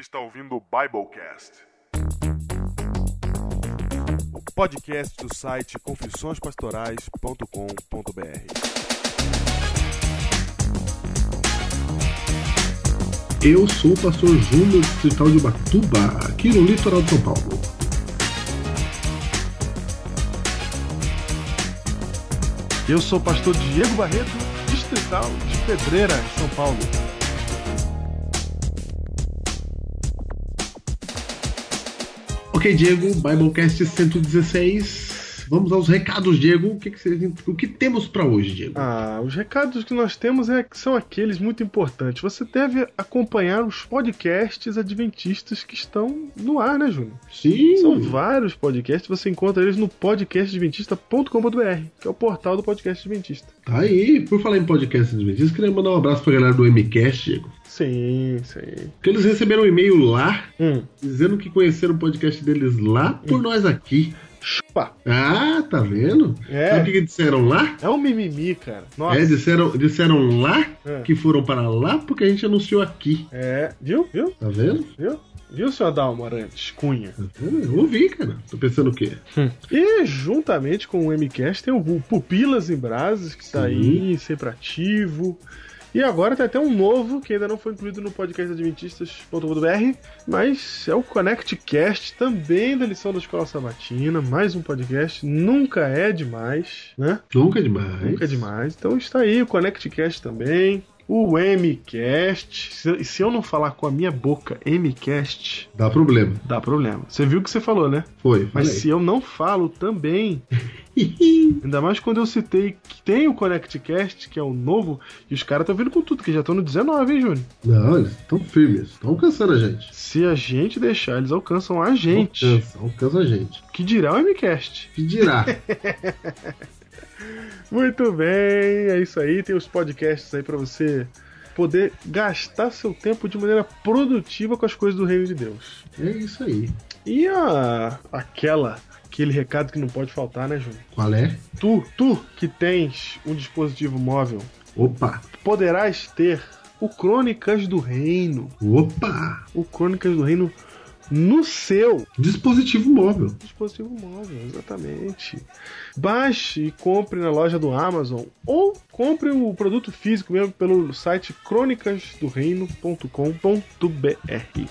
está ouvindo o Biblecast. O podcast do site confissõespastorais.com.br. Eu sou o pastor Júnior, distrital de Ubatuba, aqui no litoral de São Paulo. Eu sou o pastor Diego Barreto, distrital de Pedreira, em São Paulo. Ok, Diego, Biblecast 116. Vamos aos recados, Diego. O que, que vocês- o que temos para hoje, Diego? Ah, os recados que nós temos é- são aqueles muito importantes. Você deve acompanhar os podcasts adventistas que estão no ar, né, Júnior? Sim, São vários podcasts, você encontra eles no podcastadventista.com.br, que é o portal do podcast adventista. tá aí. Por falar em podcast adventista, queria mandar um abraço pra galera do MCast, Diego. Sim, sim. Porque eles receberam um e-mail lá, Hum, dizendo que conheceram o podcast deles lá por nós aqui. chupa. Ah, tá vendo? Sabe o É, que, que disseram lá? é um mimimi, cara. Nossa. É, disseram, disseram lá É. que foram para lá porque a gente anunciou aqui. É, viu? Viu? Tá vendo? Viu? Viu, senhor Dalmo Arantes Cunha? Eu ouvi, cara. Tô pensando o quê? E juntamente com o MCast tem o Pupilas em Brasas, que tá Sim. aí, sempre ativo. E agora tem até um novo que ainda não foi incluído no podcast adventistas.com.br, mas é o ConnectCast, também da lição da Escola Sabatina, mais um podcast, nunca é demais, né? Nunca é demais. Nunca é demais. Então está aí o ConnectCast também, o MCast. Se- E se eu não falar com a minha boca MCast, Dá problema. dá problema. Você viu o que você falou, né? Foi. Mas falei. se eu não falo também, Ainda mais quando eu citei que tem o ConnectCast, que é o novo, e os caras estão vindo com tudo, que já estão no 19, hein, Júnior? Não, eles estão firmes. Estão alcançando a gente. Se a gente deixar, eles alcançam a gente, Alcança, alcança a gente. que dirá o MCast. Que dirá? Muito bem, é isso aí. Tem os podcasts aí pra você poder gastar seu tempo de maneira produtiva com as coisas do reino de Deus. é isso aí. E a aquela, aquele recado que não pode faltar, né, Júnior? Qual é? Tu, tu que tens um dispositivo móvel, Opa! poderás ter o Crônicas do Reino. Opa! o Crônicas do Reino no seu Dispositivo móvel. dispositivo móvel, exatamente. Baixe e compre na loja do Amazon ou compre o produto físico mesmo pelo site crônicasdoreino.com.br.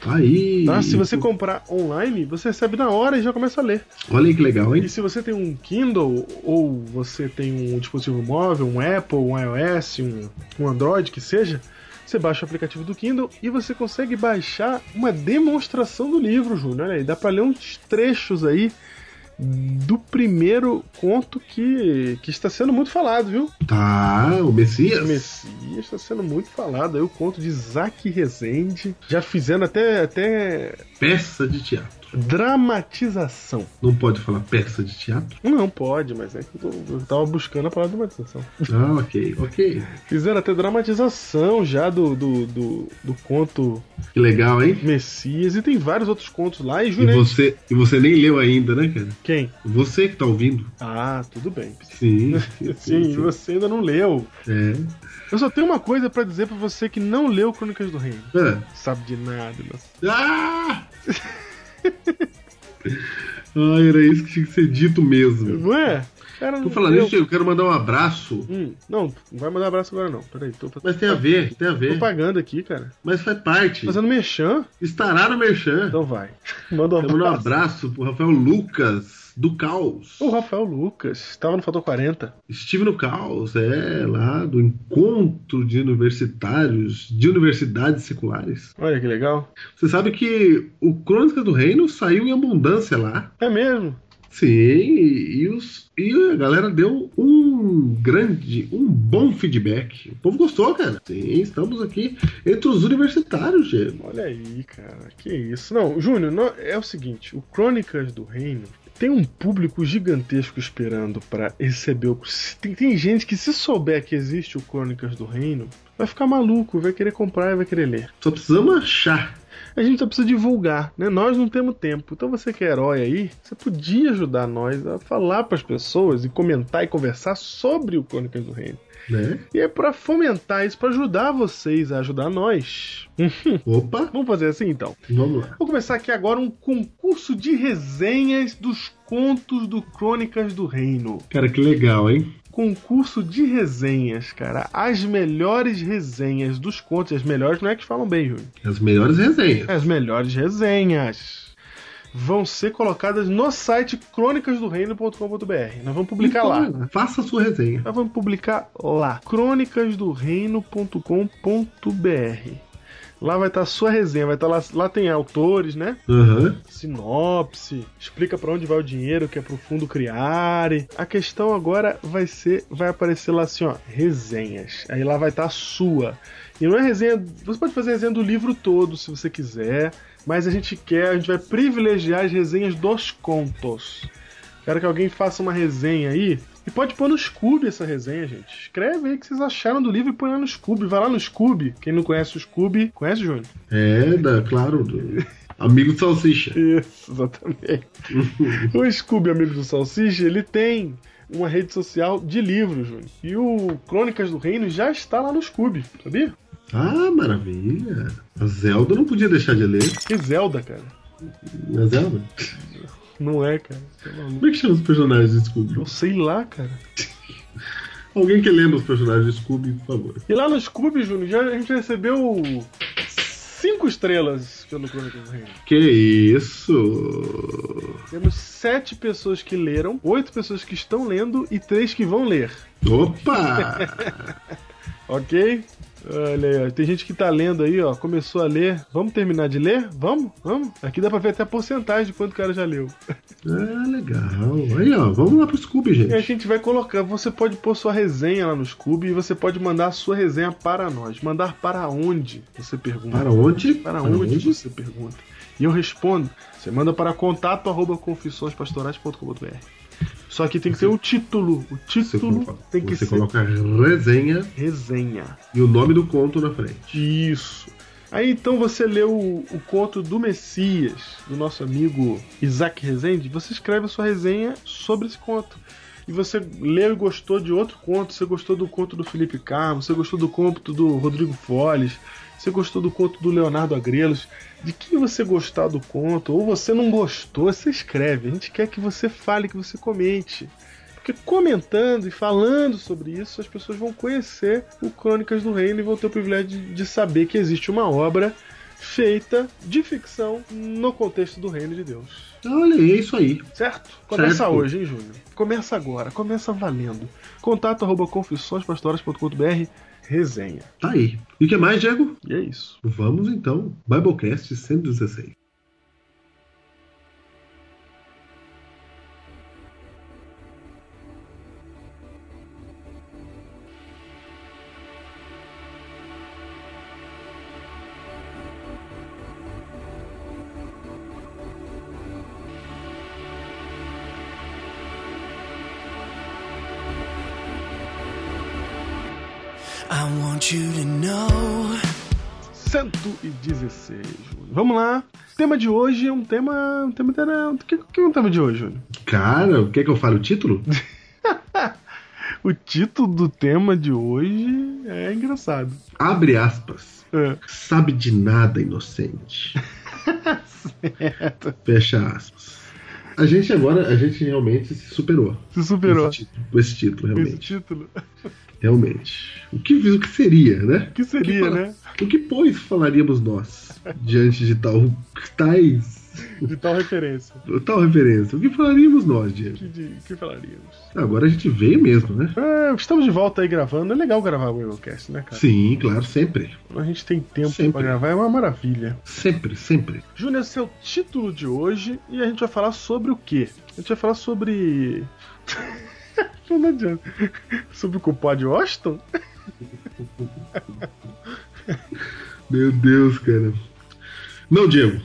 Tá aí. Tá? Se você comprar online, você recebe na hora e já começa a ler. Olha aí que legal, hein? E se você tem um Kindle ou você tem um dispositivo móvel, um Apple, um iOS, um, um Android, que seja, você baixa o aplicativo do Kindle e você consegue baixar uma demonstração do livro, Júnior. Olha aí, dá pra ler uns trechos aí do primeiro conto que, que está sendo muito falado, viu? Tá, o Messias. O Messias está sendo muito falado. Aí o conto de Isaac Rezende, já fizeram até, até Peça de teatro. dramatização. Não pode falar peça de teatro? Não pode, mas é que eu, tô- eu tava buscando a palavra dramatização. Ah, ok, ok. Fizeram até dramatização já do, do, do, do conto Que legal, hein? Messias e tem vários outros contos lá. E E Jurei. você, e você nem leu ainda, né, cara? Quem? Você que tá ouvindo. Ah, tudo bem. Sim, Sim, você ainda não leu. É. Eu só tenho uma coisa pra dizer pra você que não leu Crônicas do Reino. Ah. Sabe de nada, mas. Ah! Ah, era isso que tinha que ser dito mesmo. Não é? Cara, Tô não falando leu. isso, eu quero mandar um abraço. Hum, não, não vai mandar abraço agora não. Peraí, tô Mas tem a ver, tem a ver. propaganda aqui, cara. Mas faz parte. Tá. Fazendo mexã? Estará no Merchan. Então vai. Manda um Eu mando um abraço. abraço pro Rafael Lucas, do Caos. O Rafael Lucas, tava no Fator 40. Estive no Caos, é, lá do encontro de universitários, de universidades seculares. Olha que legal. Você sabe que o Crônicas do Reino saiu em abundância lá. É mesmo? Sim, e, os, e a galera deu um grande, um bom feedback. O povo gostou, cara. Sim, estamos aqui entre os universitários, Diego. Olha aí, cara, que isso. Não, Júnior, nó- é o seguinte: o Crônicas do Reino tem um público gigantesco esperando pra receber o. se- Tem, tem gente que, se souber que existe o Crônicas do Reino, vai ficar maluco, vai querer comprar e vai querer ler. Só precisamos achar. a gente só precisa divulgar, né? Nós não temos tempo. Então você que é herói aí, você podia ajudar nós a falar para as pessoas e comentar e conversar sobre o Crônicas do Reino. Né? E é para fomentar isso, para ajudar vocês a ajudar nós. Opa, Vamos fazer assim então. vamos lá. Vou começar aqui agora um concurso de resenhas dos contos do Crônicas do Reino. Cara, que legal, hein? Concurso de resenhas, cara. As melhores resenhas dos contos. As melhores não é que falam bem, Júlio. As melhores resenhas. As melhores resenhas vão ser colocadas no site crônicasdoreino.com.br. Nós vamos publicar lá. Então, Faça a sua resenha. Nós vamos publicar lá, crônicasdoreino.com.br. Lá vai estar a sua resenha, vai estar lá, lá tem autores, né? Aham. Sinopse, explica pra onde vai o dinheiro, que é pro fundo criare. A questão agora vai ser, vai aparecer lá assim, ó, resenhas. Aí lá vai estar a sua. E não é resenha, você pode fazer resenha do livro todo, se você quiser, mas a gente quer, a gente vai privilegiar as resenhas dos contos. Quero que alguém faça uma resenha aí. E pode pôr no Scoob essa resenha, gente. Escreve aí o que vocês acharam do livro e põe lá no Scoob. Vai lá no Scoob. Quem não conhece o Scoob, conhece, Júnior? É, da, claro. Do... Amigo de Salsicha. Isso, exatamente. o Scooby Amigo do Salsicha, ele tem uma rede social de livros, Júnior. E o Crônicas do Reino já está lá no Scooby, sabia? Ah, maravilha. A Zelda não podia deixar de ler. Que Zelda, cara. A Zelda? Não é, cara. Você é maluco. Como é que chama os personagens do Scooby? Eu sei lá, cara. Alguém que lembra os personagens do Scooby, por favor. E lá no Scooby, Júnior, já a gente recebeu cinco estrelas pelo Crônicas do Reino. Que isso? Temos sete pessoas que leram, oito pessoas que estão lendo e três que vão ler. Opa! Ok? Olha aí, ó. tem gente que tá lendo aí, ó. Começou a ler. Vamos terminar de ler? Vamos? Vamos? Aqui dá pra ver até a porcentagem de quanto o cara já leu. ah, legal. Aí, ó, vamos lá pro Scooby, E a gente. É, gente vai colocar. Você pode pôr sua resenha lá no Scoob e você pode mandar a sua resenha para nós. Mandar para onde? Você pergunta. Para onde? Para onde você pergunta? E eu respondo. Você manda para contato arroba confissõespastorais.com.br. Só que tem que ter o título. O Você, título coloca, tem que você ser coloca resenha resenha. e o nome do conto na frente. Isso. Aí então você lê o, o conto do Messias, do nosso amigo Isaac Rezende, você escreve a sua resenha sobre esse conto. E você leu e gostou de outro conto, você gostou do conto do Felipe Carmo, você gostou do conto do Rodrigo Foles, você gostou do conto do Leonardo Agrelos. De quem você gostar do conto, ou você não gostou, você escreve. A gente quer que você fale, que você comente. Porque comentando e falando sobre isso, as pessoas vão conhecer o Crônicas do Reino e vão ter o privilégio de, de saber que existe uma obra feita de ficção no contexto do Reino de Deus. Olha, é isso aí. Certo? Começa Certo. hoje, hein, Júnior? Começa agora, começa valendo. Contato arroba confissõespastoras.com.br resenha. Tá aí. E o que mais, Diego? E é isso. Vamos então. Biblecast 116. I want you to know 116, Júnior. Vamos lá. O tema de hoje é um tema. Um tema o que, que é o tema de hoje, Júnior? Cara, quer que eu fale o título? O título do tema de hoje é engraçado. Abre aspas. É. Sabe de nada, inocente. Fecha aspas. A gente agora, a gente realmente se superou. Se superou Esse título, esse título, esse realmente. título. Realmente. O que, o que seria, né? O que seria, fala- né? O que, pois, falaríamos nós diante de tal, tais, De tal referência. tal referência? O que falaríamos nós, Diego? Que, de, que falaríamos? Agora a gente veio mesmo, né? É, estamos de volta aí gravando. É legal gravar o Willcast, né, cara? Sim, claro, sempre. Quando a gente tem tempo Sempre. pra gravar, é uma maravilha. Sempre, sempre. Júnior, esse é o título de hoje e a gente vai falar sobre o quê? A gente vai falar sobre. Não adianta. Sobre o culpado de Washington? Meu Deus, cara. Não, Diego.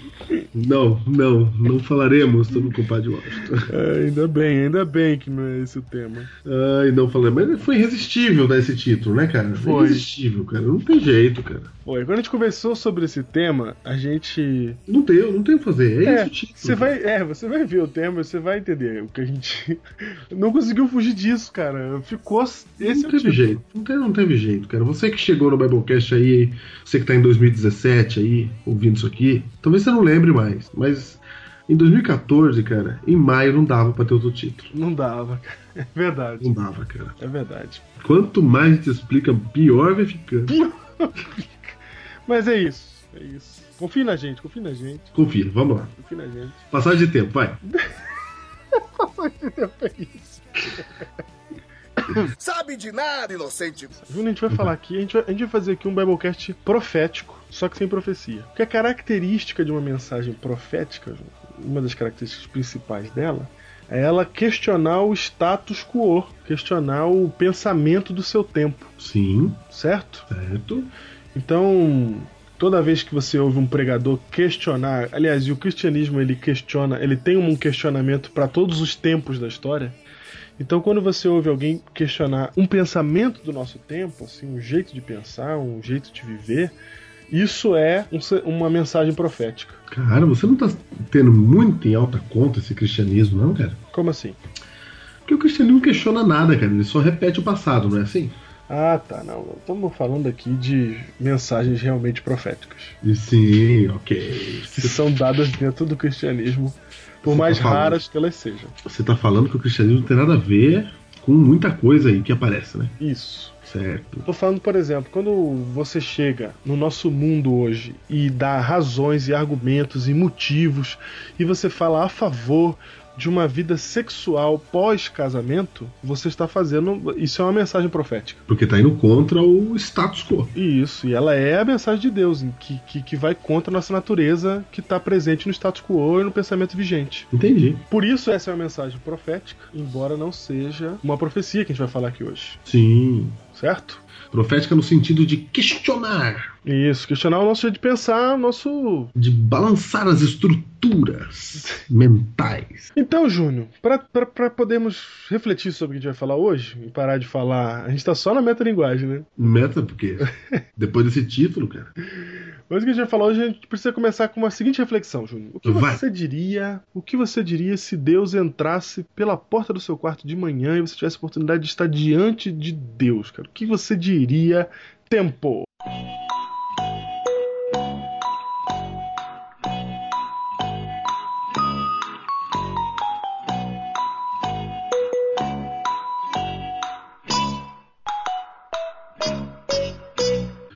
Não, não, não falaremos sobre o compadre Washington. É, ainda bem, ainda bem que não é esse o tema. Ai, Ah, não falei, mas foi irresistível dar esse título, né, cara? Foi. Irresistível, cara. Não tem jeito, cara. Oi, quando a gente conversou sobre esse tema, a gente. Não tem, não tem o que fazer. É, É, esse o título. você vai, é, você vai ver o tema, você vai entender o que a gente. Não conseguiu fugir disso, cara. Ficou. Esse é o não teve título. jeito, não teve, não teve jeito, cara. Você que chegou no Biblecast aí, você que tá em 2017 aí, ouvindo isso aqui, talvez você não lembre mais, mas em 2014, cara, em maio não dava pra ter outro título. Não dava, cara. É verdade. Não dava, cara. É verdade. Quanto mais a gente explica, pior vai ficando. Mas é isso. É isso. Confie na gente, confie na gente, Confia, vamos lá. confie na gente. Passagem de tempo, vai. É isso. Sabe de nada, inocente. Júnior, a gente vai Uhum. falar aqui, a gente vai, a gente vai fazer aqui um Biblecast profético, só que sem profecia. Porque a característica de uma mensagem profética, Júnior, uma das características principais dela, é ela questionar o status quo, questionar o pensamento do seu tempo, Sim, certo? certo. Então, toda vez que você ouve um pregador questionar, aliás, e o cristianismo ele questiona, ele tem um questionamento para todos os tempos da história. Então, quando você ouve alguém questionar um pensamento do nosso tempo, assim, um jeito de pensar, um jeito de viver, isso é um se- uma mensagem profética. Cara, você não tá tendo muito em alta conta esse cristianismo, não, cara? Como assim? Porque o cristianismo não questiona nada, cara. Ele só repete o passado, não é assim? Ah, tá, não. Estamos falando aqui de mensagens realmente proféticas. E sim, ok. Que são dadas dentro do cristianismo, por Você mais tá falando. raras que elas sejam. Você tá falando que o cristianismo não tem nada a ver com muita coisa aí que aparece, né? Isso. Certo. Tô falando, por exemplo, quando você chega no nosso mundo hoje e dá razões e argumentos e motivos e você fala a favor de uma vida sexual pós-casamento, você está fazendo. Isso é uma mensagem profética. Porque tá indo contra o status quo. E isso, e ela é a mensagem de Deus, em que, que, que vai contra a nossa natureza que está presente no status quo e no pensamento vigente. Entendi. Por isso, essa é uma mensagem profética, embora não seja uma profecia que a gente vai falar aqui hoje, Sim. certo? Profética no sentido de questionar, Isso, questionar o nosso jeito de pensar, o nosso de balançar as estruturas mentais. Então, Júnior, pra- pra pra podermos refletir sobre o que a gente vai falar hoje e parar de falar, a gente tá só na metalinguagem, né? Meta, porque depois desse título, cara, Mas o que a gente vai falar hoje, a gente precisa começar com uma seguinte reflexão, Júnior. O que Vai. você diria? O que você diria se Deus entrasse pela porta do seu quarto de manhã e você tivesse a oportunidade de estar diante de Deus, cara? O que você diria? Tempo.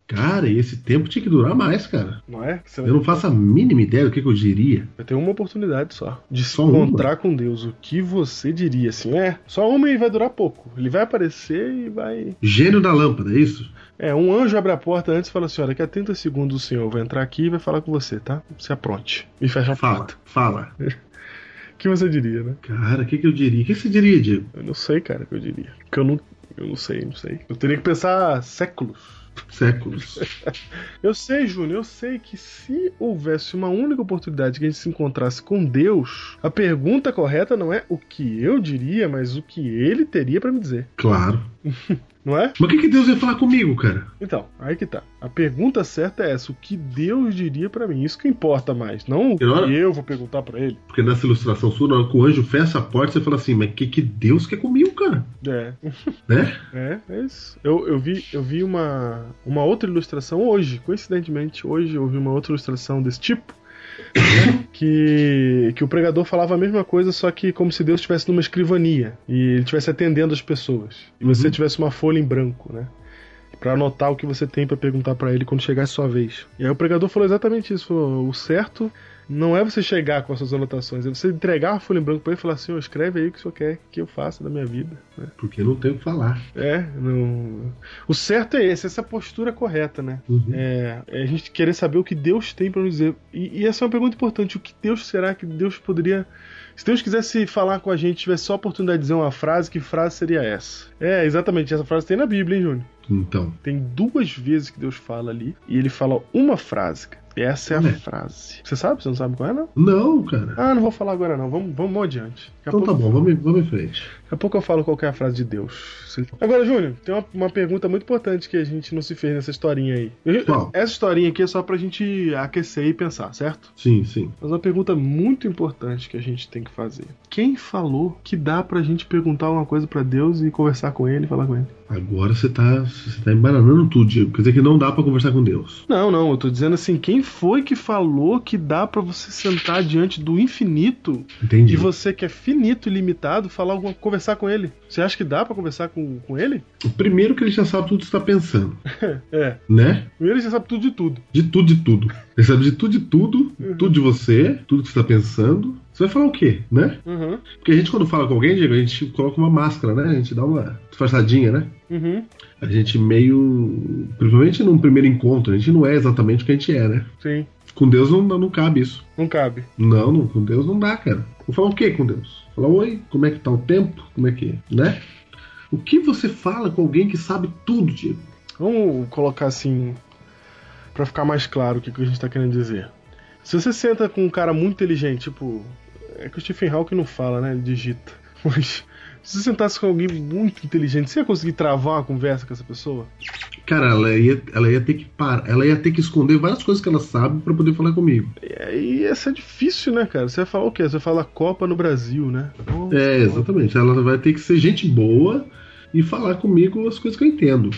cara, e esse tempo tinha que durar mais, cara. Não é? Você vai Eu não faço a mínima ideia do que, que eu diria. Vai ter uma oportunidade só de se Só uma? encontrar com Deus. O que você diria assim? É, só uma e vai durar pouco. Ele vai aparecer e vai. Gênio da lâmpada, é isso? É, um anjo abre a porta antes e fala assim: olha, daqui a 30 segundos o senhor vai entrar aqui e vai falar com você, tá? Se apronte. E fecha a Fala, porta. fala. O que você diria, né? Cara, o que, que eu diria? O que você diria, Diego? Eu não sei, cara, o que eu diria. Porque eu não. Eu não sei, não sei. Eu teria que pensar séculos. Séculos. Eu sei, Júnior, eu sei que se houvesse uma única oportunidade que a gente se encontrasse com Deus, a pergunta correta não é o que eu diria, mas o que ele teria pra me dizer. Claro. Não é? Mas o que, que Deus ia falar comigo, cara? Então, aí que tá. A pergunta certa é essa: o que Deus diria pra mim? Isso que importa mais, não o que Eu- eu vou perguntar pra ele. Porque nessa ilustração sua, na hora que o anjo fecha a porta, você fala assim, mas o que, que Deus quer comigo, cara? É, Né? é, é isso. Eu, eu vi, eu vi uma, uma outra ilustração hoje, coincidentemente, hoje eu vi uma outra ilustração desse tipo. né, que, que o pregador falava a mesma coisa, só que como se Deus estivesse numa escrivania e ele estivesse atendendo as pessoas. E você tivesse uma folha em branco, né? Pra anotar o que você tem pra perguntar pra ele quando chegar a sua vez. E aí o pregador falou exatamente isso: falou, o certo não é você chegar com as suas anotações, é você entregar a folha em branco pra ele e falar assim: "Ó, escreve aí o que o senhor quer que eu faça da minha vida. né? Porque não tem o que falar. É, não. O certo é esse, essa postura correta, né? Uhum. É, é a gente querer saber o que Deus tem pra nos dizer. E, e essa é uma pergunta importante. O que Deus será que Deus poderia. Se Deus quisesse falar com a gente, tivesse só a oportunidade de dizer uma frase, que frase seria essa? É, exatamente, essa frase tem na Bíblia, hein, Júnior? Então, Tem duas vezes que Deus fala ali, e ele fala uma frase. cara. Essa é a É. frase. Você sabe? Você não sabe qual é, não? Não, cara. Ah, não vou falar agora não. Vamos, vamos adiante. Daqui Então a tá pouco- bom, vamos, em- vamos em frente. Daqui a pouco eu falo qual que é a frase de Deus. Se ele- Agora, Júnior, tem uma, uma pergunta muito importante que a gente não se fez nessa historinha aí. Eu- Qual? Essa historinha aqui é só pra gente aquecer e pensar, certo? Sim, sim. Mas uma pergunta muito importante que a gente tem que fazer. Quem falou que dá pra gente perguntar alguma coisa pra Deus e conversar com ele e falar com ele? Agora você tá, você tá embaranando tudo, Diego. Quer dizer que não dá pra conversar com Deus. Não, não, eu tô dizendo assim, quem foi que falou que dá pra você sentar diante do infinito Entendi. e você que é finito e limitado falar alguma, conversar com ele? Você acha que dá pra conversar com, com ele? Primeiro que ele já sabe tudo que você tá pensando, É. né? Primeiro você sabe tudo de tudo. De tudo, de tudo. Ele sabe de tudo, de tudo. Tudo de você, tudo que você tá pensando. Você vai falar o quê, né? Uhum. Porque a gente, quando fala com alguém, Diego, a gente coloca uma máscara, né? A gente dá uma disfarçadinha, né? Uhum. A gente meio. Principalmente num primeiro encontro, a gente não é exatamente o que a gente é, né? Sim. Com Deus não, não cabe isso. Não cabe. Não, não, com Deus não dá, cara. Vou falar o que com Deus? Falar oi, como é que tá o tempo? Como é que é, né? O que você fala com alguém que sabe tudo, Diego? Vamos colocar assim, pra ficar mais claro o que, que a gente tá querendo dizer. Se você senta com um cara muito inteligente, tipo. É que o Stephen Hawking não fala, né? Ele digita. Mas. Se você sentasse com alguém muito inteligente, você ia conseguir travar uma conversa com essa pessoa? Cara, ela ia, ela ia ter que parar, ela ia ter que esconder várias coisas que ela sabe pra poder falar comigo. É, E aí ia ser difícil, né, cara? Você vai falar o quê? Você vai falar Copa no Brasil, né? Nossa, É, exatamente. Ela vai ter que ser gente boa e falar comigo as coisas que eu entendo.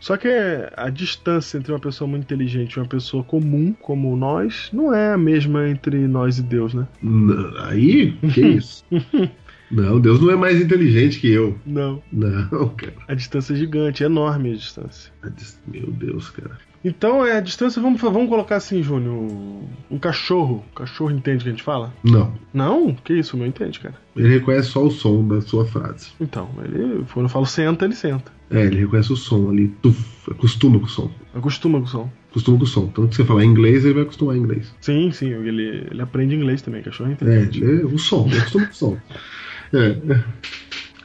Só que é a distância entre uma pessoa muito inteligente e uma pessoa comum, como nós, não é a mesma entre nós e Deus, né? N- Aí, que isso? Não, Deus não é mais inteligente que eu. Não. Não, cara. A distância é gigante, é enorme a distância. Meu Deus, cara. Então, é, a distância, vamos, vamos colocar assim, Júnior. Um cachorro. O cachorro entende o que a gente fala? Não. Não? Que isso, meu entende, cara. Ele reconhece só o som da sua frase. Então, ele, quando eu falo senta, ele senta. É, ele reconhece o som ali. Tuf, acostuma com o som. Acostuma com o som. Acostuma com o som. Tanto que você falar inglês, ele vai acostumar em inglês. Sim, sim, ele, ele aprende inglês também, cachorro entende. É, ele é o som, ele acostuma com o som. É.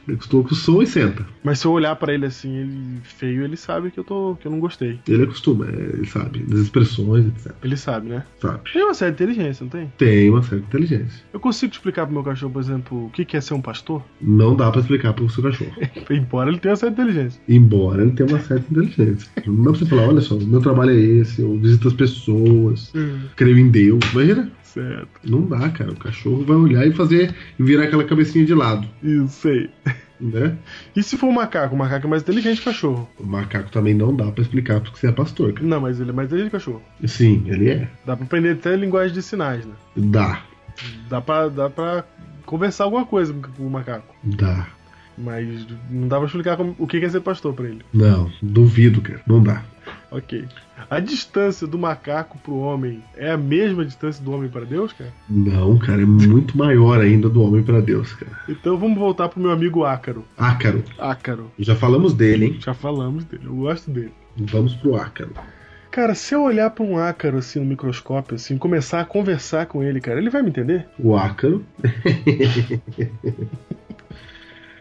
Ele acostuma com o som e senta. Mas se eu olhar pra ele assim, ele feio, ele sabe que eu tô. que eu não gostei. Ele acostuma, é, ele sabe. Das expressões, etc. Ele sabe, né? Sabe? Tem uma certa inteligência, não tem? Tem uma certa inteligência. Eu consigo te explicar pro meu cachorro, por exemplo, o que que é ser um pastor? Não dá pra explicar pro seu cachorro. Embora ele tenha essa inteligência. Embora ele tenha uma certa inteligência. Não dá pra você falar, olha só, meu trabalho é esse, eu visito as pessoas, creio em Deus. Imagina? Certo. Não dá, cara. O cachorro vai olhar e fazer e virar aquela cabecinha de lado, Isso aí. né? E se for um macaco? O macaco é mais inteligente que o cachorro. O macaco também não dá pra explicar porque você é pastor, cara. Não, mas ele é mais inteligente que o cachorro. Sim, ele é. Dá pra aprender até linguagem de sinais, né? Dá. Dá pra, dá pra conversar alguma coisa com com o macaco. Dá. Mas não dá pra explicar como- o que que é ser pastor pra ele. Não, duvido, cara. Não dá. Ok. A distância do macaco pro homem é a mesma distância do homem pra Deus, cara? Não, cara, é muito maior ainda do homem pra Deus, cara. Então vamos voltar pro meu amigo Ácaro. Ácaro. Ácaro. Já falamos dele, hein? Já falamos dele, eu gosto dele. Vamos pro ácaro. Cara, se eu olhar pra um ácaro assim no microscópio, assim, começar a conversar com ele, cara, ele vai me entender? O ácaro.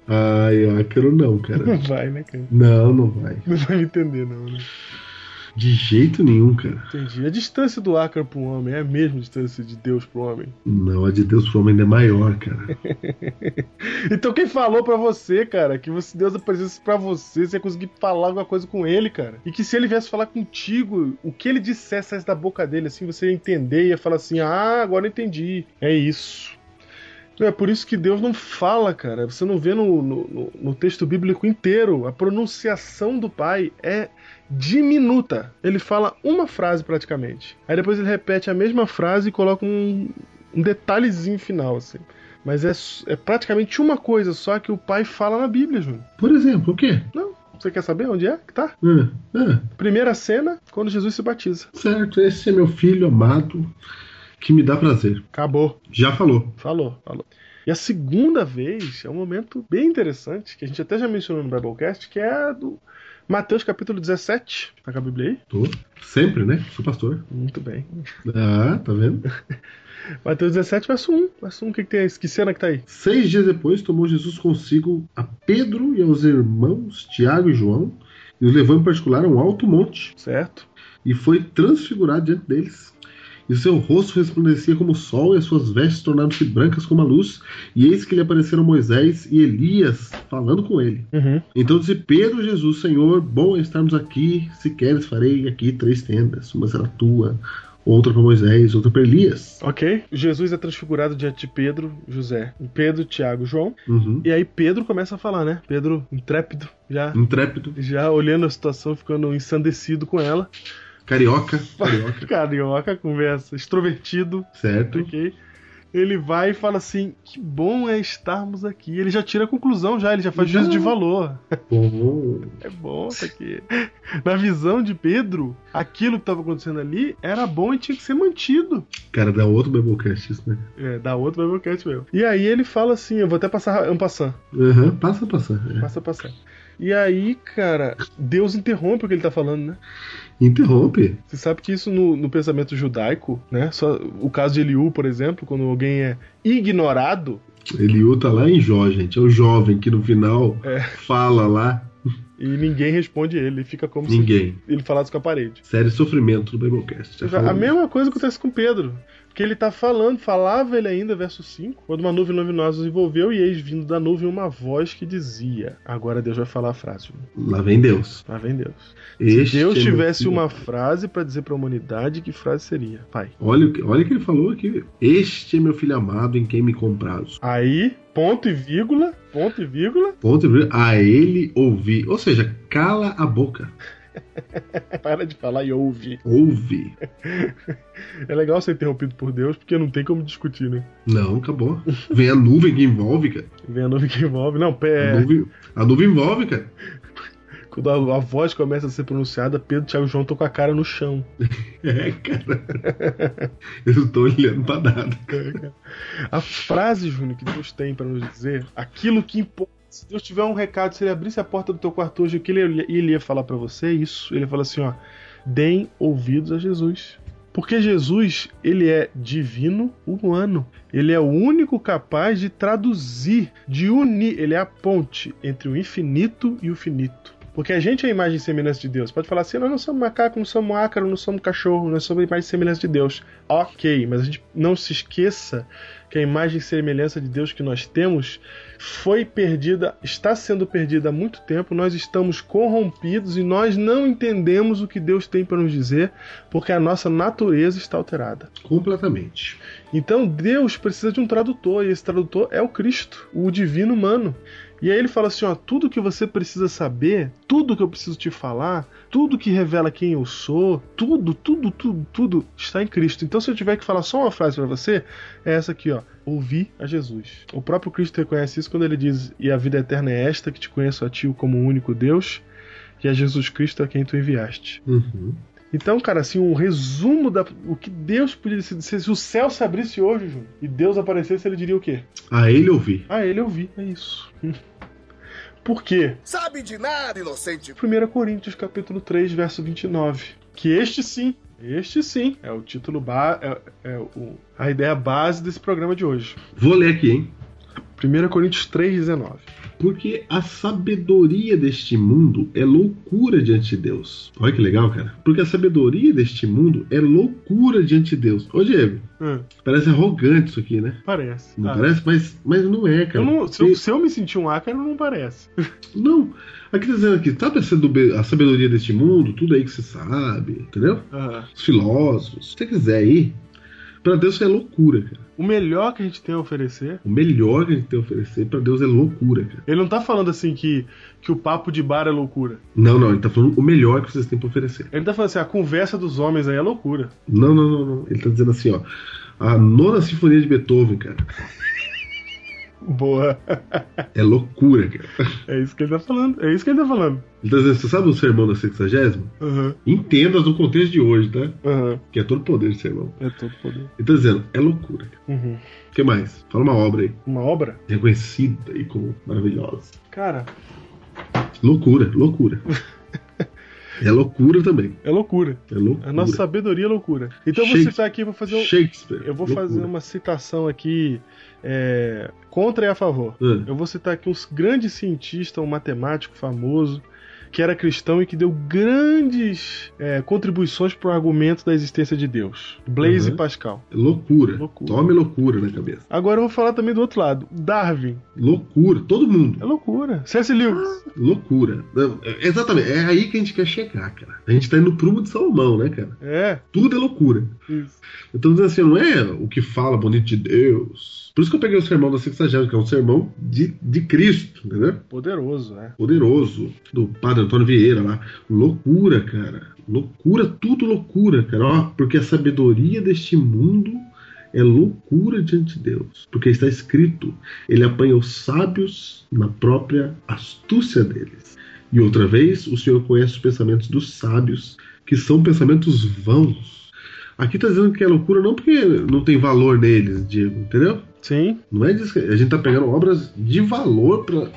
Ai, ácaro não, cara. Não vai, né, cara? Não, não vai. Não vai me entender, não, né? De jeito nenhum, cara. Entendi. A distância do ácaro pro homem é a mesma distância de Deus pro homem. Não, a de Deus pro homem ainda é maior, cara. Então quem falou pra você, cara, que você- Deus aparecesse pra você, você ia conseguir falar alguma coisa com ele, cara? E que se ele viesse falar contigo, o que ele dissesse saísse da boca dele, assim, você ia entender, ia falar assim, ah, agora eu entendi. É isso. É por isso que Deus não fala, cara. Você não vê no, no- no- no texto bíblico inteiro. A pronunciação do Pai é diminuta. Ele fala uma frase praticamente. Aí depois ele repete a mesma frase e coloca um, um detalhezinho final, assim. Mas é, s- é praticamente uma coisa só que o Pai fala na Bíblia, Júnior. Por exemplo, o quê? Não? Você quer saber onde é que tá? Ah, ah, Primeira cena, quando Jesus se batiza. certo, esse é meu filho amado que me dá prazer. Acabou. Já falou. Falou, falou. E a segunda vez é um momento bem interessante, que a gente até já mencionou no Biblecast, que é a do Mateus capítulo 17. Tá com a Bíblia aí? Tô. Sempre, né? Sou pastor. Muito bem. Ah, tá vendo? Mateus 17, verso 1. Verso 1, o que, que tem? Que cena que tá aí? Seis dias depois, tomou Jesus consigo a Pedro e aos irmãos Tiago e João, e os levou em particular a um alto monte, Certo? e foi transfigurado diante deles. E seu rosto resplandecia como o sol, e as suas vestes tornaram-se brancas como a luz. E eis que lhe apareceram Moisés e Elias falando com ele. Uhum. Então disse Pedro Jesus, Senhor, bom é estarmos aqui. Se queres, farei aqui três tendas: uma será tua, outra para Moisés, outra para Elias. Ok? Jesus é transfigurado diante de Pedro, José, Pedro, Tiago, João. Uhum. E aí Pedro começa a falar, né? Pedro, intrépido, já, Intrépido, já olhando a situação, ficando ensandecido com ela. carioca, carioca, Carioca, conversa, extrovertido, certo? ok? Ele vai e fala assim: que bom é estarmos aqui. Ele já tira a conclusão, já, ele já faz juízo de valor. Bom, É bom isso aqui. Na visão de Pedro, aquilo que estava acontecendo ali era bom e tinha que ser mantido. cara, dá outro Biblecast isso, né? É, dá outro Biblecast mesmo. E aí ele fala assim: eu vou até passar um passando. Aham, passa, passa. É. Passa passar. E aí, cara, Deus interrompe o que ele tá falando, né? é. Interrompe. Você sabe que isso no, no pensamento judaico, né? Só o caso de Eliú, por exemplo, quando alguém é ignorado, Eliú tá lá em Jó, gente. É o jovem que no final É. fala lá. E ninguém responde ele, ele fica como Ninguém. se ele falasse com a parede. Sério sofrimento do Biblecast. Já A falamos. mesma coisa acontece com Pedro. Porque ele tá falando, falava ele ainda, verso 5, quando uma nuvem luminosa os envolveu, e eis vindo da nuvem uma voz que dizia. Agora Deus vai falar a frase. viu? Lá vem Deus. Lá vem Deus. Este Se Deus é meu tivesse filho. uma frase pra dizer pra humanidade, que frase seria? Pai. Olha, o que- olha o que ele falou aqui. viu? Este é meu filho amado em quem me comprazo. Aí, ponto e vírgula, ponto e vírgula, Ponto e vírgula. a ele ouvi. Ou seja, cala a boca. é, para de falar e ouve. Ouve. É legal ser interrompido por Deus, porque não tem como discutir, né? Não, acabou. Vem a nuvem que envolve, cara. Vem a nuvem que envolve. Não, pé. é, A, nuvem, a nuvem envolve, cara. Quando a, a voz começa a ser pronunciada, Pedro, Thiago e João estão com a cara no chão. É, cara. Eu não tô olhando pra nada. A frase, Júnior, que Deus tem pra nos dizer, aquilo que importa. Se Deus tiver um recado, se ele abrisse a porta do teu quarto hoje, o que ele, ele ia falar pra você é isso. Ele fala assim, ó, deem ouvidos a Jesus. Porque Jesus, ele é divino humano. Ele é o único capaz de traduzir, de unir. Ele é a ponte entre o infinito e o finito. Porque a gente é a imagem e semelhança de Deus. Pode falar assim, nós não somos macaco, não somos ácaro, não somos cachorro, nós somos né, a imagem e semelhança de Deus. Ok, mas a gente não se esqueça que a imagem e semelhança de Deus que nós temos foi perdida, está sendo perdida há muito tempo, nós estamos corrompidos e nós não entendemos o que Deus tem para nos dizer, porque a nossa natureza está alterada. Completamente. Então Deus precisa de um tradutor, e esse tradutor é o Cristo, o divino humano. E aí ele fala assim: ó, tudo que você precisa saber, tudo que eu preciso te falar, tudo que revela quem eu sou, tudo, tudo, tudo, tudo está em Cristo. Então se eu tiver que falar só uma frase para você, é essa aqui, ó. Ouvir a Jesus. O próprio Cristo reconhece isso quando ele diz: E a vida eterna é esta, que te conheço a ti como o único Deus, e a Jesus Cristo a quem tu enviaste. Uhum. Então, cara, assim, um resumo da o que Deus podia se, se, se o céu se abrisse hoje, Ju, e Deus aparecesse, ele diria o quê? A ele ouvi. Ah, ele eu vi, é isso. Por quê? Sabe de nada, inocente. 1 Coríntios capítulo 3, verso 29. Que este sim, este sim, é o título ba é, é o, a ideia base desse programa de hoje. Vou ler aqui, hein? 1 Coríntios 3, 19. Porque a sabedoria deste mundo é loucura diante de Deus. Olha que legal, cara. Porque a sabedoria deste mundo é loucura diante de Deus. Ô, Diego, Hum, parece arrogante isso aqui, né? parece. Não Ah, parece? Mas, mas não é, cara. Eu não, se, E- eu, se eu me sentir um ácaro, não parece. Não. Aqui tá dizendo aqui, sabe a sabedoria- a sabedoria deste mundo, tudo aí que você sabe, entendeu? Ah. Os filósofos, se você quiser ir, pra Deus isso é loucura, cara. O melhor que a gente tem a oferecer O melhor que a gente tem a oferecer pra Deus é loucura, cara. Ele não tá falando assim que, que o papo de bar é loucura. Não, não, ele tá falando o melhor que vocês têm pra oferecer. Ele tá falando assim, a conversa dos homens aí é loucura. Não, não, não, não. Ele tá dizendo assim, ó. A nona sinfonia de Beethoven, cara, Boa. é loucura, cara. É isso que ele tá falando. É isso que ele tá falando. Ele tá dizendo, você sabe o sermão da sexagésima? Aham, Entenda no contexto de hoje, tá? aham. Que é todo poder de sermão. É todo poder. Ele tá dizendo, é loucura. cara. Uhum. O que mais? Fala uma obra aí, Uma obra? reconhecida e como maravilhosa. Cara, Loucura, loucura. é loucura também. é loucura. É loucura. A nossa sabedoria é loucura. Então eu vou Shakespeare. citar aqui, vou fazer um, Shakespeare. Eu vou loucura. fazer um- uma citação aqui é, contra e a favor. Hum. Eu vou citar aqui um grande cientista, um matemático famoso, que era cristão e que deu grandes é, contribuições para o argumento da existência de Deus. Blaise Uhum. Pascal. Loucura. Loucura. Tome loucura na cabeça. Agora eu vou falar também do outro lado. Darwin. Loucura. Todo mundo. É loucura. C.S. Lewis. Loucura. Não, é- Exatamente. É aí que a gente quer chegar, cara. A gente tá indo pro rumo de Salomão, né, cara? É. Tudo é loucura. Isso. Eu tô dizendo assim, não é o que fala bonito de Deus. Por isso que eu peguei o sermão da Sexagésima, que é um sermão de, de Cristo, entendeu? Poderoso, né? Poderoso, do padre Antônio Vieira lá. Loucura, cara. Loucura, tudo loucura, cara. Ó, porque a sabedoria deste mundo é loucura diante de Deus. Porque está escrito, ele apanha os sábios na própria astúcia deles. E outra vez, o Senhor conhece os pensamentos dos sábios, que são pensamentos vãos. Aqui está dizendo que é loucura não porque não tem valor neles, Diego, entendeu? Sim. Não é disso que a gente tá pegando obras de valor pra,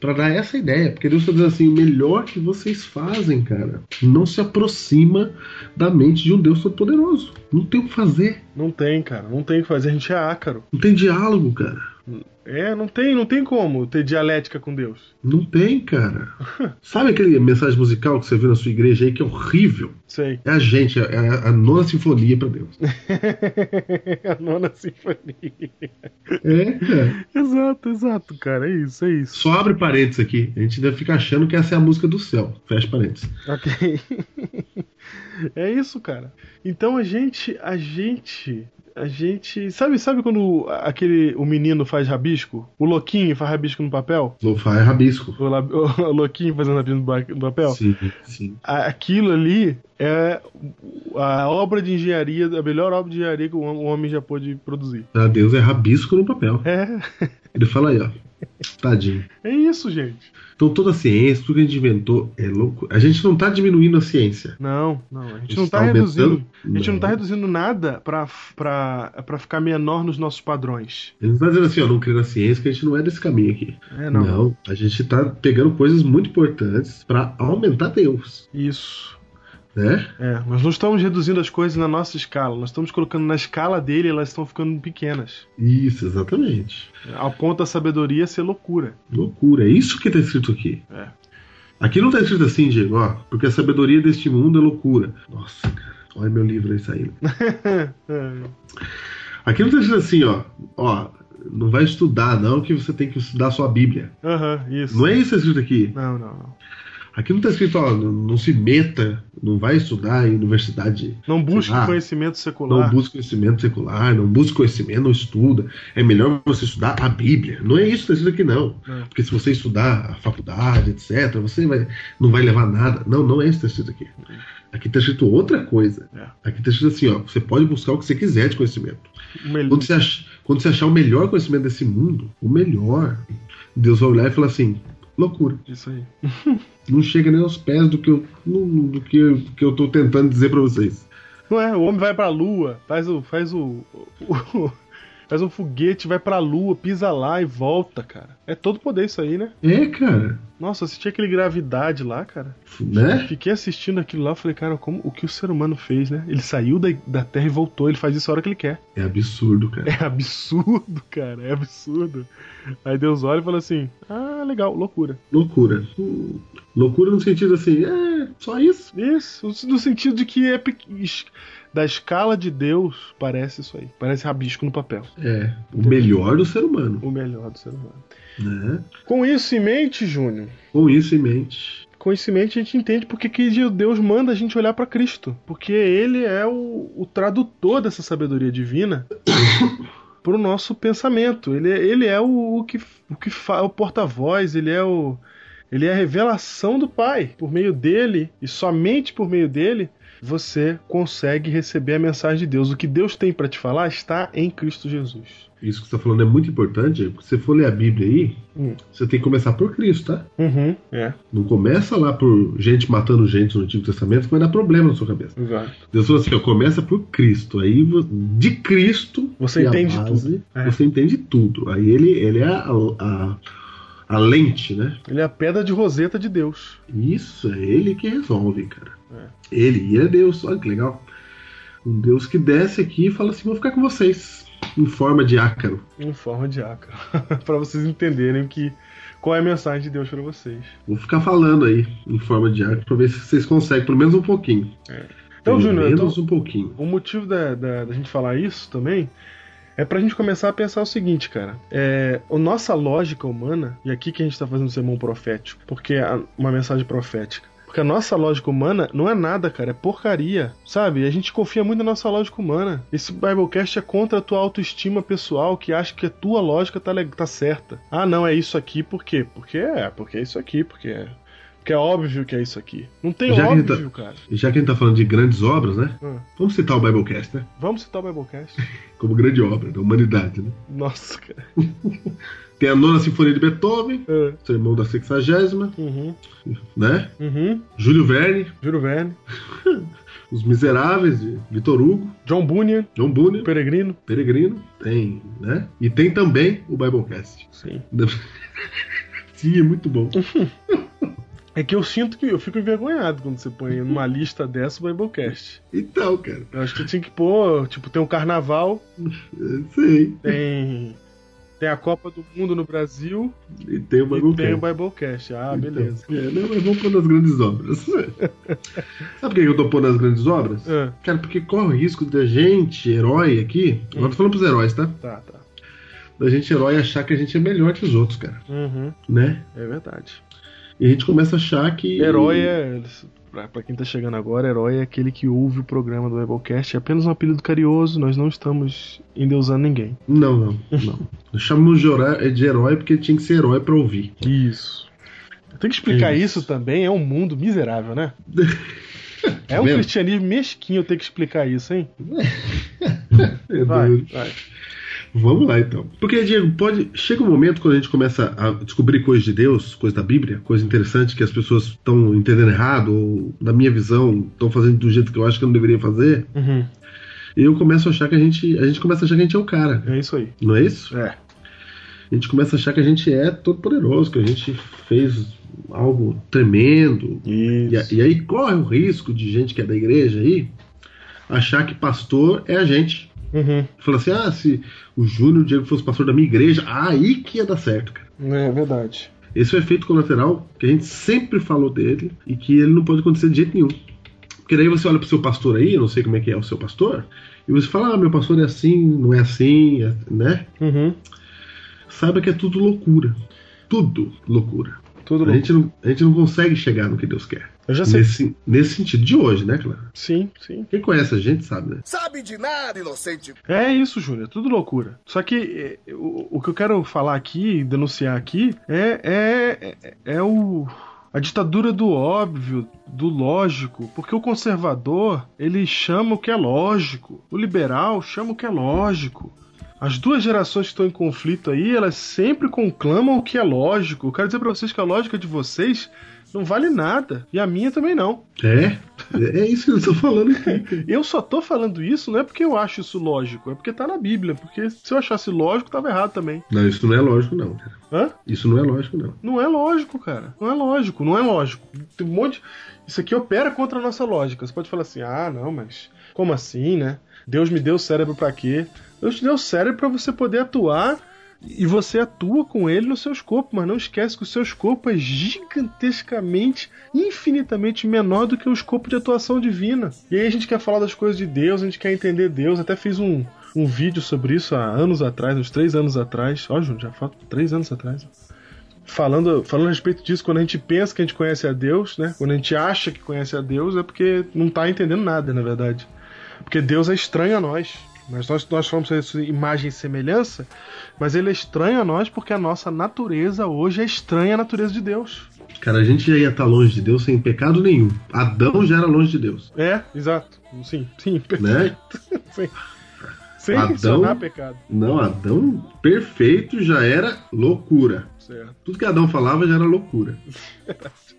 pra dar essa ideia. Porque Deus tá dizendo assim, o melhor que vocês fazem, cara, não se aproxima da mente de um Deus Todo-Poderoso. Não tem o que fazer. Não tem, cara. Não tem o que fazer. A gente é ácaro. Não tem diálogo, cara. É, não tem, não tem como ter dialética com Deus. Não tem, cara. Sabe aquele mensagem musical que você viu na sua igreja aí que é horrível? Sei. É a gente, é a, a nona sinfonia pra Deus. a nona sinfonia. É, cara. Exato, exato, cara. É isso, é isso. Só abre parênteses aqui. A gente deve ficar achando que essa é a música do céu. Fecha parênteses. Ok. é isso, cara. Então a gente, a gente, a gente, sabe, sabe quando aquele o menino faz rabisco, o louquinho faz rabisco no papel, Lo-fi é rabisco. o, lab- o louquinho fazendo rabisco no ba- no papel. Sim, sim. A- Aquilo ali é a obra de engenharia, a melhor obra de engenharia que o hom- o homem já pôde produzir. Pra Deus é rabisco no papel. É, Ele fala aí, ó. Tadinho. é isso, gente. Então toda a ciência, tudo que a gente inventou é louco. A gente não tá diminuindo a ciência. Não, não, a gente não Isso tá tá reduzindo. aumentando? A gente não tá Não. reduzindo nada pra, pra, pra ficar menor nos nossos padrões. Ele não tá dizendo assim, ó, não crê na ciência, que a gente não é desse caminho aqui. É, não. a gente tá pegando coisas muito importantes pra aumentar Deus, Isso. né? É, nós não estamos reduzindo as coisas na nossa escala, nós estamos colocando na escala dele e elas estão ficando pequenas. Isso, exatamente. Ao ponto da sabedoria ser loucura. Loucura, é isso que tá escrito aqui. É. Aqui não tá escrito assim, Diego, ó, porque a sabedoria deste mundo é loucura. Nossa, cara, olha meu livro aí saindo. É, Aqui não tá escrito assim, ó, ó, não vai estudar não, que você tem que estudar a sua Bíblia. Aham, isso. Não é isso que tá escrito aqui. Não, não, não. Aqui não tá escrito, ó, não, não se meta, não vai estudar em universidade, Não busque Sei lá. conhecimento Ah. não secular. busca conhecimento secular, não busca conhecimento, não estuda. É melhor você estudar a Bíblia. Não é isso que tá escrito aqui, não. Não. Porque se você estudar a faculdade, etc., você vai, não vai levar nada. Não, não é isso que tá escrito aqui. Aqui tá escrito outra coisa. É. Aqui tá escrito assim, ó, você pode buscar o que você quiser de conhecimento. O melhor- Quando você, ach- quando você achar o melhor conhecimento desse mundo, o melhor, Deus vai olhar e falar assim, loucura. Isso aí. não chega nem aos pés do que eu, no- do que, eu- do que eu tô tentando dizer pra vocês. Não é, o homem vai pra lua, faz o. faz o. o- faz um foguete, vai pra lua, pisa lá e volta, cara. É todo poder isso aí, né? É, cara. Nossa, assisti aquele gravidade lá, cara. Né? Fiquei assistindo aquilo lá, falei, cara, como, o que o ser humano fez, né? Ele saiu da, da Terra e voltou, ele faz isso a hora que ele quer. É absurdo, cara. É absurdo, cara, é absurdo. Aí Deus olha e fala assim, ah, legal, loucura. Loucura. Hum, Loucura no sentido assim, é, só isso. Isso, no sentido de que é pequ- es- da escala de Deus, parece isso aí. Parece rabisco no papel. É, o melhor do ser humano, O melhor do ser humano. né? Com isso em mente, Júnior, Com isso em mente. com isso em mente a gente entende porque que Deus manda a gente olhar pra Cristo. Porque ele é o, o tradutor dessa sabedoria divina pro nosso pensamento. Ele, é- ele é o, o que, o que fa, o porta-voz, ele é o. Ele é a revelação do Pai. Por meio dele, e somente por meio dele, você consegue receber a mensagem de Deus. O que Deus tem pra te falar está em Cristo Jesus. Isso que você tá falando é muito importante, porque se você for ler a Bíblia aí, Hum. você tem que começar por Cristo, tá? Uhum, é, Não começa lá por gente matando gente no Antigo Testamento que vai dar problema na sua cabeça. exato. Deus falou assim, ó, começa por Cristo. Aí vo- de Cristo Você que é a entende tudo. É. Você entende tudo. Aí ele, ele é a, a, a lente, né? Ele é a pedra de roseta de Deus. Isso é ele que resolve, cara. Ele e ele é Deus. Olha que legal. Um Deus que desce aqui e fala assim: vou ficar com vocês. Em forma de ácaro. em forma de ácaro. Pra vocês entenderem que qual é a mensagem de Deus pra vocês. Vou ficar falando aí em forma de arte pra ver se vocês conseguem, pelo menos um pouquinho. Então, pelo Júnior, então, menos um pouquinho. o motivo da, da, da gente falar isso também é pra gente começar a pensar o seguinte, cara. É, a nossa lógica humana, e aqui que a gente tá fazendo um sermão profético, porque é a- uma mensagem profética. Porque a nossa lógica humana não é nada, cara, é porcaria, sabe? A gente confia muito na nossa lógica humana. Esse Biblecast é contra a tua autoestima pessoal que acha que a tua lógica tá, le- tá certa. Ah, não, é isso aqui, por quê? Porque é, porque é isso aqui, porque é. Porque é óbvio que é isso aqui. Não tem Já que tá- óbvio, cara. E já que a gente tá falando de grandes obras, né? Ah. Vamos citar o Biblecast, né? Vamos citar o Biblecast? Como grande obra da humanidade, né? Nossa, cara. Tem a nona sinfonia de Beethoven, Ah, sermão da sexagésima, Uhum, né? uhum. Júlio Verne, Juro Verne. Os Miseráveis, de Vitor Hugo, John Bunyan, John Bunyan, Peregrino. Peregrino, tem, né? E tem também o Biblecast. Sim. Sim, é muito bom. É que eu sinto que eu fico envergonhado quando você põe numa lista dessa o Biblecast. Então, cara, Eu acho que tinha que pôr, tipo, tem o carnaval, eu sei. tem. Tem a Copa do Mundo no Brasil E tem o e tem Biblecast. o Biblecast. Ah, Então, beleza. é, não, mas vamos pôr nas grandes obras. Sabe por que eu tô pondo nas grandes obras? Ah, Cara, porque corre o risco da gente, herói aqui, agora tô falando pros heróis, tá? tá, tá. Da gente, herói, achar que a gente é melhor que os outros, cara. Uhum, Né? é verdade. E a gente começa a achar que. Herói é. Pra, pra quem tá chegando agora, herói é aquele que ouve o programa do Biblecast. É apenas um apelido carinhoso, nós não estamos endeusando ninguém. Não, não, não. Nós chamamos de herói, é de herói porque tinha que ser herói pra ouvir. Isso. Tem que explicar Isso. isso. também, é um mundo miserável, né? É Tá um vendo? cristianismo mesquinho ter que explicar isso, hein? É Vai, doido. vai. Vamos lá então. Porque, Diego, pode. Chega um momento quando a gente começa a descobrir coisas de Deus, coisas da Bíblia, coisa interessante que as pessoas estão entendendo errado, ou, na minha visão, estão fazendo do jeito que eu acho que eu não deveria fazer. Uhum, E eu começo a achar que a gente. A gente começa a achar que a gente é o cara. É isso aí. Não é isso? É. A gente começa a achar que a gente é todo poderoso, que a gente fez algo tremendo. E, a- Isso. e aí corre o risco de gente que é da igreja aí achar que pastor é a gente. Uhum, Falou assim: ah, se o Júnior e o Diego fosse pastor da minha igreja, aí que ia dar certo, cara. É verdade. Esse é o efeito colateral que a gente sempre falou dele e que ele não pode acontecer de jeito nenhum. Porque daí você olha pro seu pastor aí, eu não sei como é que é o seu pastor, e você fala: ah, meu pastor é assim, não é assim, é- né? Uhum. Saiba que é tudo loucura. Tudo loucura. Tudo Tá A bom. gente, não, a gente não consegue chegar no que Deus quer. Eu já sei. Nesse, nesse sentido de hoje, né, claro? Sim, sim. Quem conhece a gente sabe, né? Sabe de nada, inocente. É isso, Júnior. Tudo loucura. Só que é, o, o que eu quero falar aqui, denunciar aqui, é, é, é, é o. A ditadura do óbvio, do lógico, porque o conservador, ele chama o que é lógico. O liberal chama o que é lógico. As duas gerações que estão em conflito aí, elas sempre conclamam o que é lógico. Eu quero dizer pra vocês que a lógica de vocês não vale nada. E a minha também não. É? É isso que eu estou falando aqui. Eu só tô falando isso não é porque eu acho isso lógico, é porque tá na Bíblia. Porque se eu achasse lógico, tava errado também. Não, isso não é lógico, não, cara. Hã? Isso não é lógico, não. Não é lógico, cara. Não é lógico, não é lógico. Tem um monte. Isso aqui opera contra a nossa lógica. Você pode falar assim, ah, não, mas como assim, né? Deus me deu o cérebro pra quê? Deus te deu o cérebro pra você poder atuar e você atua com ele no seu escopo, mas não esquece que o seu escopo é gigantescamente, infinitamente menor do que o escopo de atuação divina. E aí a gente quer falar das coisas de Deus, a gente quer entender Deus. Até fiz um, um vídeo sobre isso há anos atrás, uns três anos atrás. Ó, Júnior, já faz três anos atrás falando, falando a respeito disso, quando a gente pensa que a gente conhece a Deus, né? Quando a gente acha que conhece a Deus, é porque não tá entendendo nada, na verdade. Porque Deus é estranho a nós. Mas nós, nós somos a sua imagem e semelhança, mas ele é estranho a nós porque a nossa natureza hoje é estranha à natureza de Deus. Cara, a gente já ia estar longe de Deus sem pecado nenhum. Adão já era longe de Deus, É, exato. Sim, sim. né? Sem, sem Adão? mencionar pecado. Não, Adão perfeito já era loucura. Certo. Tudo que Adão falava já era loucura.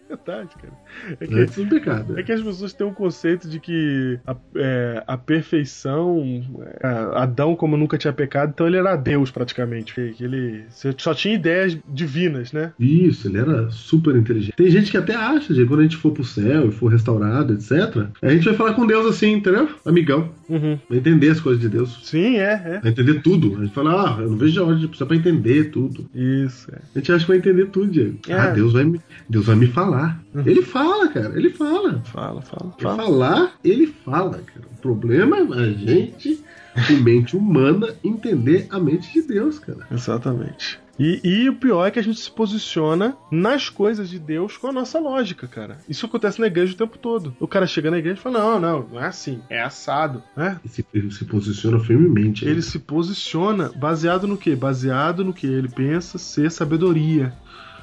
verdade, cara. É que, Antes do né? pecado. é que as pessoas têm um conceito de que a, é, a perfeição, é, Adão, como nunca tinha pecado, então ele era Deus praticamente. Que, que ele só tinha ideias divinas, né? Isso, ele era super inteligente. Tem gente que até acha, Diego, quando a gente for pro céu e for restaurado, etc., a gente vai falar com Deus assim, entendeu? Amigão. Uhum. Vai entender as coisas de Deus. Sim, é, é. Vai entender tudo. A gente fala, ah, eu não vejo a hora de precisar pra entender tudo. Isso, é. A gente acha que vai entender tudo, Diego. É. Ah, Deus vai, me, Deus vai me falar. Ele fala, cara, ele fala. Fala, fala, Ele fala. falar, ele fala, cara. O problema é a gente, com mente humana, entender a mente de Deus, cara. Exatamente. E, e o pior é que a gente se posiciona nas coisas de Deus com a nossa lógica, cara. Isso acontece na igreja o tempo todo. O cara chega na igreja e fala: Não, não, não é assim, é assado, né? E se, ele se posiciona firmemente. Ele se posiciona baseado no quê? Baseado no que ele pensa ser sabedoria.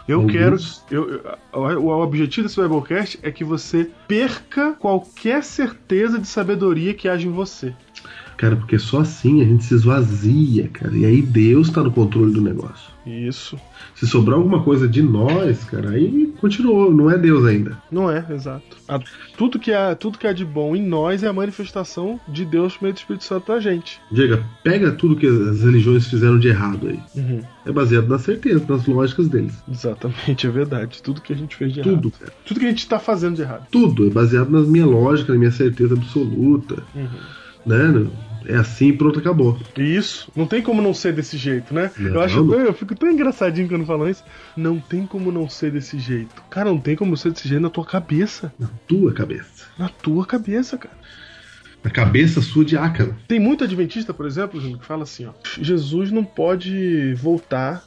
Eu Alguns- quero. eu- eu- o, o objetivo desse Biblecast é que você perca qualquer certeza de sabedoria que haja em você. Cara, porque só assim a gente se esvazia, cara. E aí Deus tá no controle do negócio. Isso. Se sobrar alguma coisa de nós, cara, aí continuou, não é Deus ainda. Não é, exato. A- tudo, que há, tudo que há de bom em nós é a manifestação de Deus por meio do Espírito Santo na gente. Diego, pega tudo que as religiões fizeram de errado aí. Uhum. É baseado na certeza, nas lógicas deles. Exatamente, é verdade. Tudo que a gente fez de errado. Tudo, cara. Tudo que a gente tá fazendo de errado. Tudo é baseado na minha lógica, na minha certeza absoluta. Uhum. Né? É assim, pronto, acabou. E Isso, não tem como não ser desse jeito, né? Não. Eu acho, eu fico tão engraçadinho quando falam isso. Não tem como não ser desse jeito. Cara, não tem como ser desse jeito na tua cabeça. Na tua cabeça. Na tua cabeça, cara. Na cabeça sua de ácaro. Tem muito adventista, por exemplo, Júnior, que fala assim, ó. Jesus não pode voltar.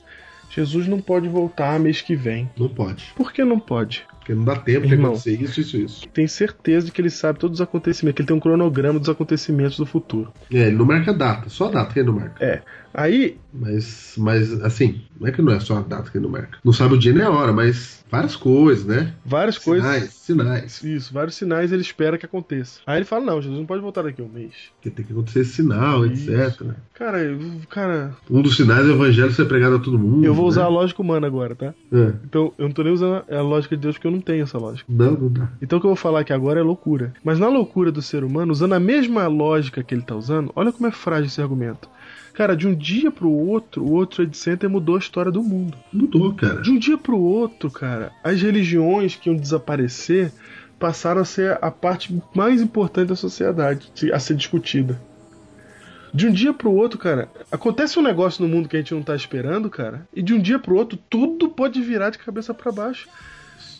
Jesus não pode voltar mês que vem. Não pode. Por que não pode? Porque não dá tempo de Irmão. acontecer isso, isso, isso. Tem certeza de que ele sabe todos os acontecimentos, que ele tem um cronograma dos acontecimentos do futuro. É, ele não marca a data, só a data que ele não marca. É. Aí, Mas, mas, assim, não é que não é só a data que ele não marca. Não sabe o dia nem a hora, mas várias coisas, né? várias coisas. Sinais, sinais. Isso, vários sinais ele espera que aconteça. Aí ele fala: não, Jesus não pode voltar daqui a um mês. Porque tem que acontecer sinal, Isso. etc. Cara, eu- cara, Um dos sinais é o evangelho ser pregado a todo mundo. eu vou usar a né? lógica humana agora, tá? É. Então, eu não tô nem usando a lógica de Deus porque eu não tenho essa lógica. Não, não dá. Então, o que eu vou falar aqui agora é loucura. Mas na loucura do ser humano, usando a mesma lógica que ele tá usando, olha como é frágil esse argumento. Cara, de um dia pro outro, o outro Trade Center mudou a história do mundo. Mudou, cara. De um dia pro outro, cara, as religiões que iam desaparecer passaram a ser a parte mais importante da sociedade a ser discutida. De um dia pro outro, cara, acontece um negócio no mundo que a gente não tá esperando, cara, e de um dia pro outro tudo pode virar de cabeça pra baixo.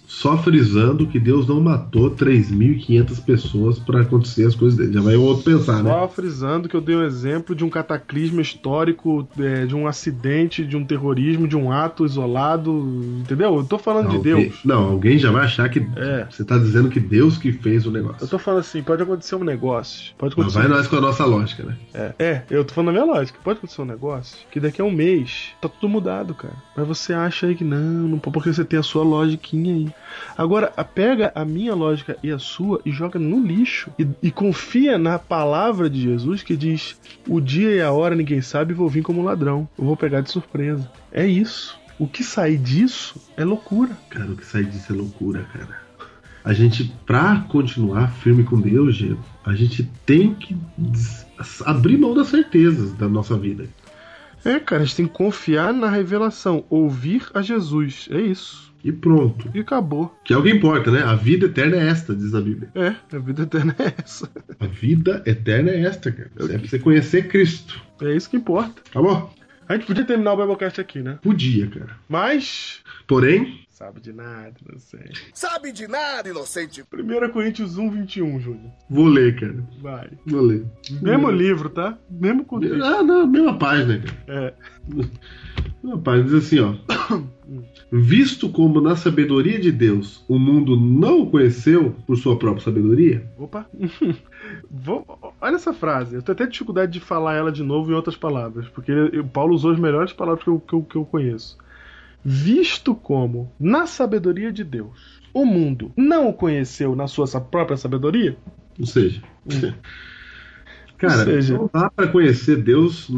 Só frisando que Deus não matou 3.500 pessoas pra acontecer as coisas dele. Já vai o outro pensar, né? Só frisando que eu dei um exemplo de um cataclisma histórico, é, de um acidente, de um terrorismo, de um ato isolado, entendeu? Eu tô falando de Alguém- Deus. Não, alguém já vai achar que É. você tá dizendo que Deus que fez o Eu negócio. tô falando assim, pode acontecer um negócio, pode Mas acontecer vai nós com a nossa lógica, né? É, é, eu tô falando a minha lógica. Pode acontecer um negócio que daqui a um mês tá tudo mudado, cara. Mas você acha aí que não, não pode, porque você tem a sua logiquinha aí. Agora, a- pega a minha lógica e a sua e joga no lixo. E, e confia na palavra de Jesus que diz: O dia e a hora ninguém sabe, vou vir como ladrão. Eu vou pegar de surpresa. É isso. O que sair disso é loucura. Cara, o que sai disso é loucura, cara. A gente, pra continuar firme com Deus, Diego, a gente tem que des- abrir mão das certezas da nossa vida. É, cara, a gente tem que confiar na revelação, ouvir a Jesus. É isso. E pronto. E acabou. Que é o que importa, né? A vida eterna é esta, diz a Bíblia. É, a vida eterna é essa. A vida eterna é esta, cara. Isso É pra você conhecer Cristo. É isso que importa. Acabou? A gente podia terminar o Biblecast aqui, né? Podia, cara. Mas. Porém, Sabe de nada, não sei. Sabe de nada, inocente. 1 Coríntios 1, 21, Júnior. vou ler, cara. Vai. Vou ler. Mesmo livro, tá? Mesmo contexto. Ah, não, mesma página, cara. É. Rapaz, diz assim, ó. Visto como na sabedoria de Deus o mundo não o conheceu por sua própria sabedoria, Opa. Vou- Olha essa frase. Eu tenho até dificuldade de falar ela de novo em outras palavras, porque o Paulo usou as melhores palavras que eu, que eu- que eu conheço. Visto como, na sabedoria de Deus, o mundo não o conheceu na sua sa- própria sabedoria, ou seja, Cara, Ou seja- não dá pra conhecer Deus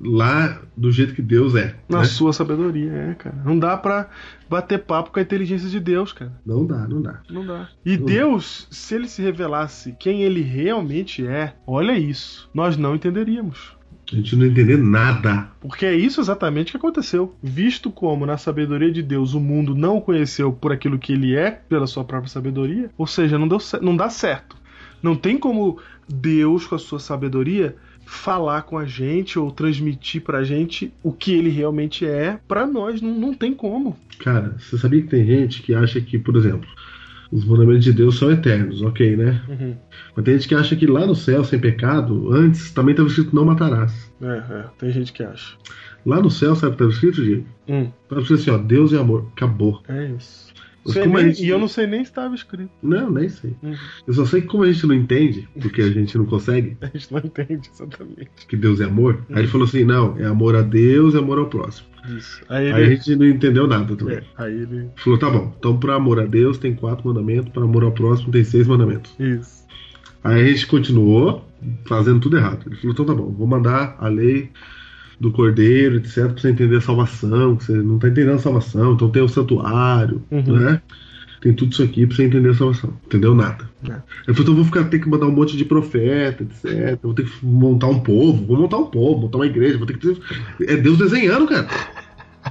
lá do jeito que Deus é. Na né? sua sabedoria, é, cara. Não dá pra bater papo com a inteligência de Deus, cara. Não dá, não dá. Não dá. E Não Deus, se ele se revelasse quem ele realmente é, olha isso. Nós não entenderíamos. A gente não entender nada. Porque é isso exatamente que aconteceu. Visto como, na sabedoria de Deus, o mundo não o conheceu por aquilo que ele é, pela sua própria sabedoria, ou seja, não, deu, cer- não dá certo. Não tem como Deus, com a sua sabedoria, falar com a gente ou transmitir pra gente o que ele realmente é pra nós. Não, não tem como. Cara, você sabia que tem gente que acha que, por exemplo, os mandamentos de Deus são eternos, ok, né? Uhum. Mas tem gente que acha que lá no céu, sem pecado, antes também estava escrito não matarás. É, é, tem gente que acha. Lá no céu, sabe o que estava escrito, Diego? Hum, Estava escrito assim, ó, Deus é amor, acabou. é isso. Mas Sei como nem- é isso? E eu não sei nem se estava escrito. Não, nem sei. Uhum. Eu só sei que como a gente não entende, porque a gente não consegue, A gente não entende exatamente que Deus é amor, aí ele falou assim, não, é amor a Deus é amor ao próximo. isso. Aí Aí a ele. gente não entendeu nada também. é, aí ele. Falou, tá bom, então pra amor a Deus tem quatro mandamentos, pra amor ao próximo tem seis mandamentos. Isso. Aí a gente continuou fazendo tudo errado. Ele falou, então tá bom, vou mandar a lei do cordeiro, etc, pra você entender a salvação, que você não tá entendendo a salvação, então tem o santuário, Uhum. né? Tem tudo isso aqui pra você entender a salvação. Entendeu nada. É. Ele falou, então eu vou ficar, ter que mandar um monte de profeta, etc. Vou ter que montar um povo, vou montar um povo, montar uma igreja, vou ter que ter... É Deus desenhando, cara.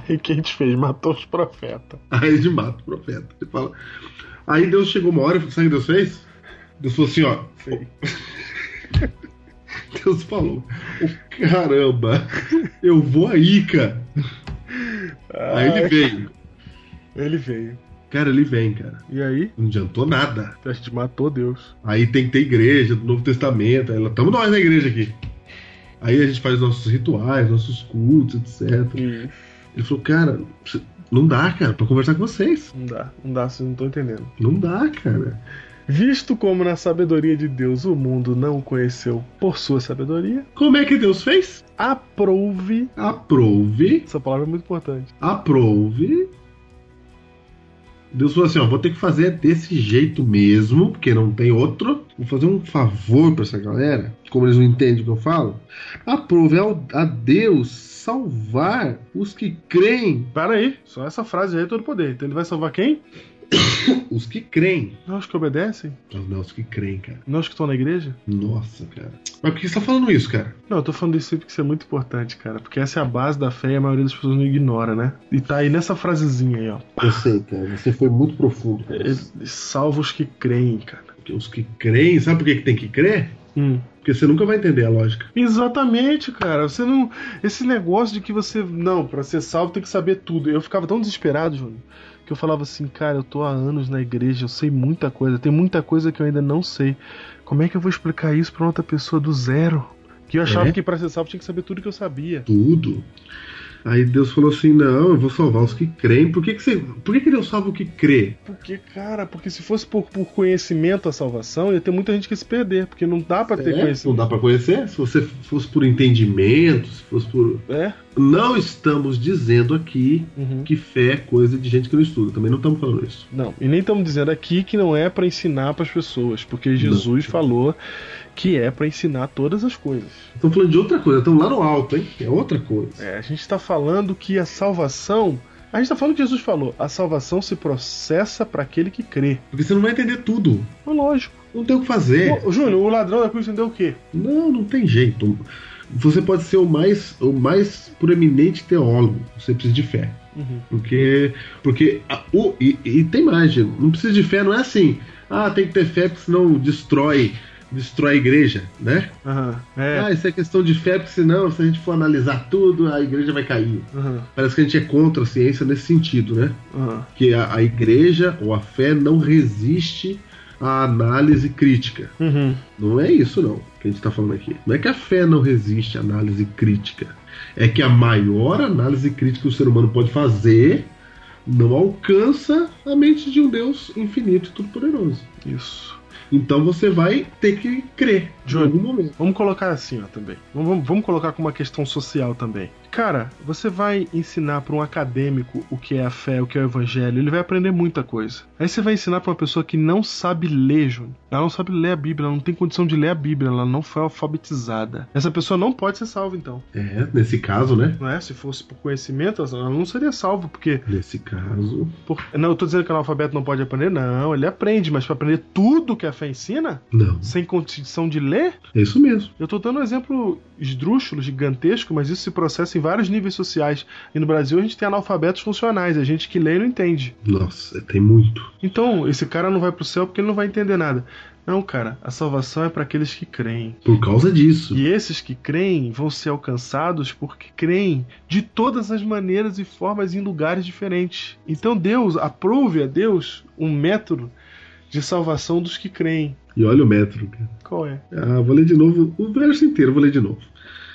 E que a gente fez? Matou os profetas. Aí ele mata o profeta. Ele fala. Aí Deus chegou uma hora, sabe o que Deus fez? Deus falou assim, ó. Deus falou, "Ô, caramba, eu vou aí, cara. Aí ele veio. Ele veio. Cara, ele vem, cara. E aí? Não adiantou nada. A gente matou Deus. Aí tem que ter igreja do Novo Testamento. Aí, estamos nós na igreja aqui. Aí a gente faz nossos rituais, nossos cultos, etc. E Ele falou, cara, não dá, cara, pra conversar com vocês. não dá, não dá, vocês não estão entendendo. Não dá, cara. Visto como na sabedoria de Deus o mundo não o conheceu por sua sabedoria, Como é que Deus fez? aprove. Aprove Essa palavra é muito importante. aprove. Deus falou assim: ó, vou ter que fazer desse jeito mesmo, porque não tem outro. Vou fazer um favor pra essa galera, como eles não entendem o que eu falo. Aprove ao- a Deus salvar os que creem. Pera aí, só essa frase aí é todo poder. Então ele vai salvar quem? Os que creem. Nós que obedecem? Não, não, é os que creem, cara. Nós que estão na igreja? Nossa, cara. Mas por que você tá falando isso, cara? Não, eu tô falando isso aí porque isso é muito importante, cara. Porque essa é a base da fé e a maioria das pessoas não ignora, né? E tá aí nessa frasezinha aí, ó. Eu sei, cara. Você foi muito profundo. cara. Ele salva os que creem, cara. Porque Os que creem, sabe por que, que tem que crer? Hum. Porque você nunca vai entender a lógica. Exatamente, cara. Você não. Esse negócio de que você. Não, pra ser salvo tem que saber tudo. Eu ficava tão desesperado, Júnior, que eu falava assim, cara, eu tô há anos na igreja, eu sei muita coisa, tem muita coisa que eu ainda não sei. Como é que eu vou explicar isso pra outra pessoa do zero? Que eu achava É? que pra ser salvo tinha que saber tudo que eu sabia. tudo. Aí Deus falou assim: não, eu vou salvar os que creem. Por que, que, você, por que, que Deus salva o que crê? Porque, cara, porque se fosse por, por conhecimento a salvação, ia ter muita gente que ia se perder, porque não dá pra ter É, não conhecimento. dá pra conhecer? Se você fosse por entendimento, se fosse por. É? Não estamos dizendo aqui Uhum. que fé é coisa de gente que não estuda. Também não estamos falando isso. Não, e nem estamos dizendo aqui que não é para ensinar para as pessoas, porque Jesus falou que é para ensinar todas as coisas. Estamos falando de outra coisa. Estamos lá no alto, hein? É outra coisa. É, a gente está falando que a salvação, a gente está falando que Jesus falou, a salvação se processa para aquele que crê. Porque você não vai entender tudo. É Lógico. Não tem o que fazer. Ô, Júnior, o ladrão da cruz entendeu o quê? Não, não tem jeito. Você pode ser o mais, o mais proeminente teólogo. Você precisa de fé. Uhum. Porque, porque a- o, e, e tem mais, Diego. não precisa de fé, não é assim. Ah, tem que ter fé porque senão destrói, destrói a igreja, né? Aham. É. Ah, isso é questão de fé porque senão, se a gente for analisar tudo, a igreja vai cair. Aham. Parece que a gente é contra a ciência nesse sentido, né? Aham. Que a, a igreja ou a fé não resiste à análise crítica. Uhum. Não é isso, não, que a gente tá falando aqui. Não é que a fé não resiste à análise crítica. É que a maior análise crítica que o ser humano pode fazer não alcança a mente de um Deus infinito e todo-poderoso. Isso. Então você vai ter que crer em Júlio. algum momento. Vamos colocar assim, ó, também. Vamos- Vamos, vamos colocar com uma questão social também. Cara, você vai ensinar para um acadêmico o que é a fé, o que é o evangelho, ele vai aprender muita coisa. Aí você vai ensinar para uma pessoa que não sabe ler, Júnior. Ela não sabe ler a Bíblia, ela não tem condição de ler a Bíblia, ela não foi alfabetizada. Essa pessoa não pode ser salva, então. É, nesse caso, né? Não é? Se fosse por conhecimento, ela não seria salva, porque Nesse caso. Por- Não, eu tô dizendo que o analfabeto não pode aprender, não. Ele aprende, mas pra aprender tudo que a fé ensina, Não. sem condição de ler, É isso mesmo. eu tô dando um exemplo esdrúxulo, gigantesco, mas isso se processa em vários níveis sociais. E no Brasil a gente tem analfabetos funcionais, a gente que lê e não entende. Nossa, tem muito. Então, esse cara não vai pro céu porque ele não vai entender nada. Não, cara, a salvação é pra aqueles que creem. Por causa disso. E esses que creem vão ser alcançados porque creem de todas as maneiras e formas em lugares diferentes. Então Deus aprove a Deus um método de salvação dos que creem. E olha o metro, cara. Qual é? Ah, vou ler de novo o verso inteiro, vou ler de novo.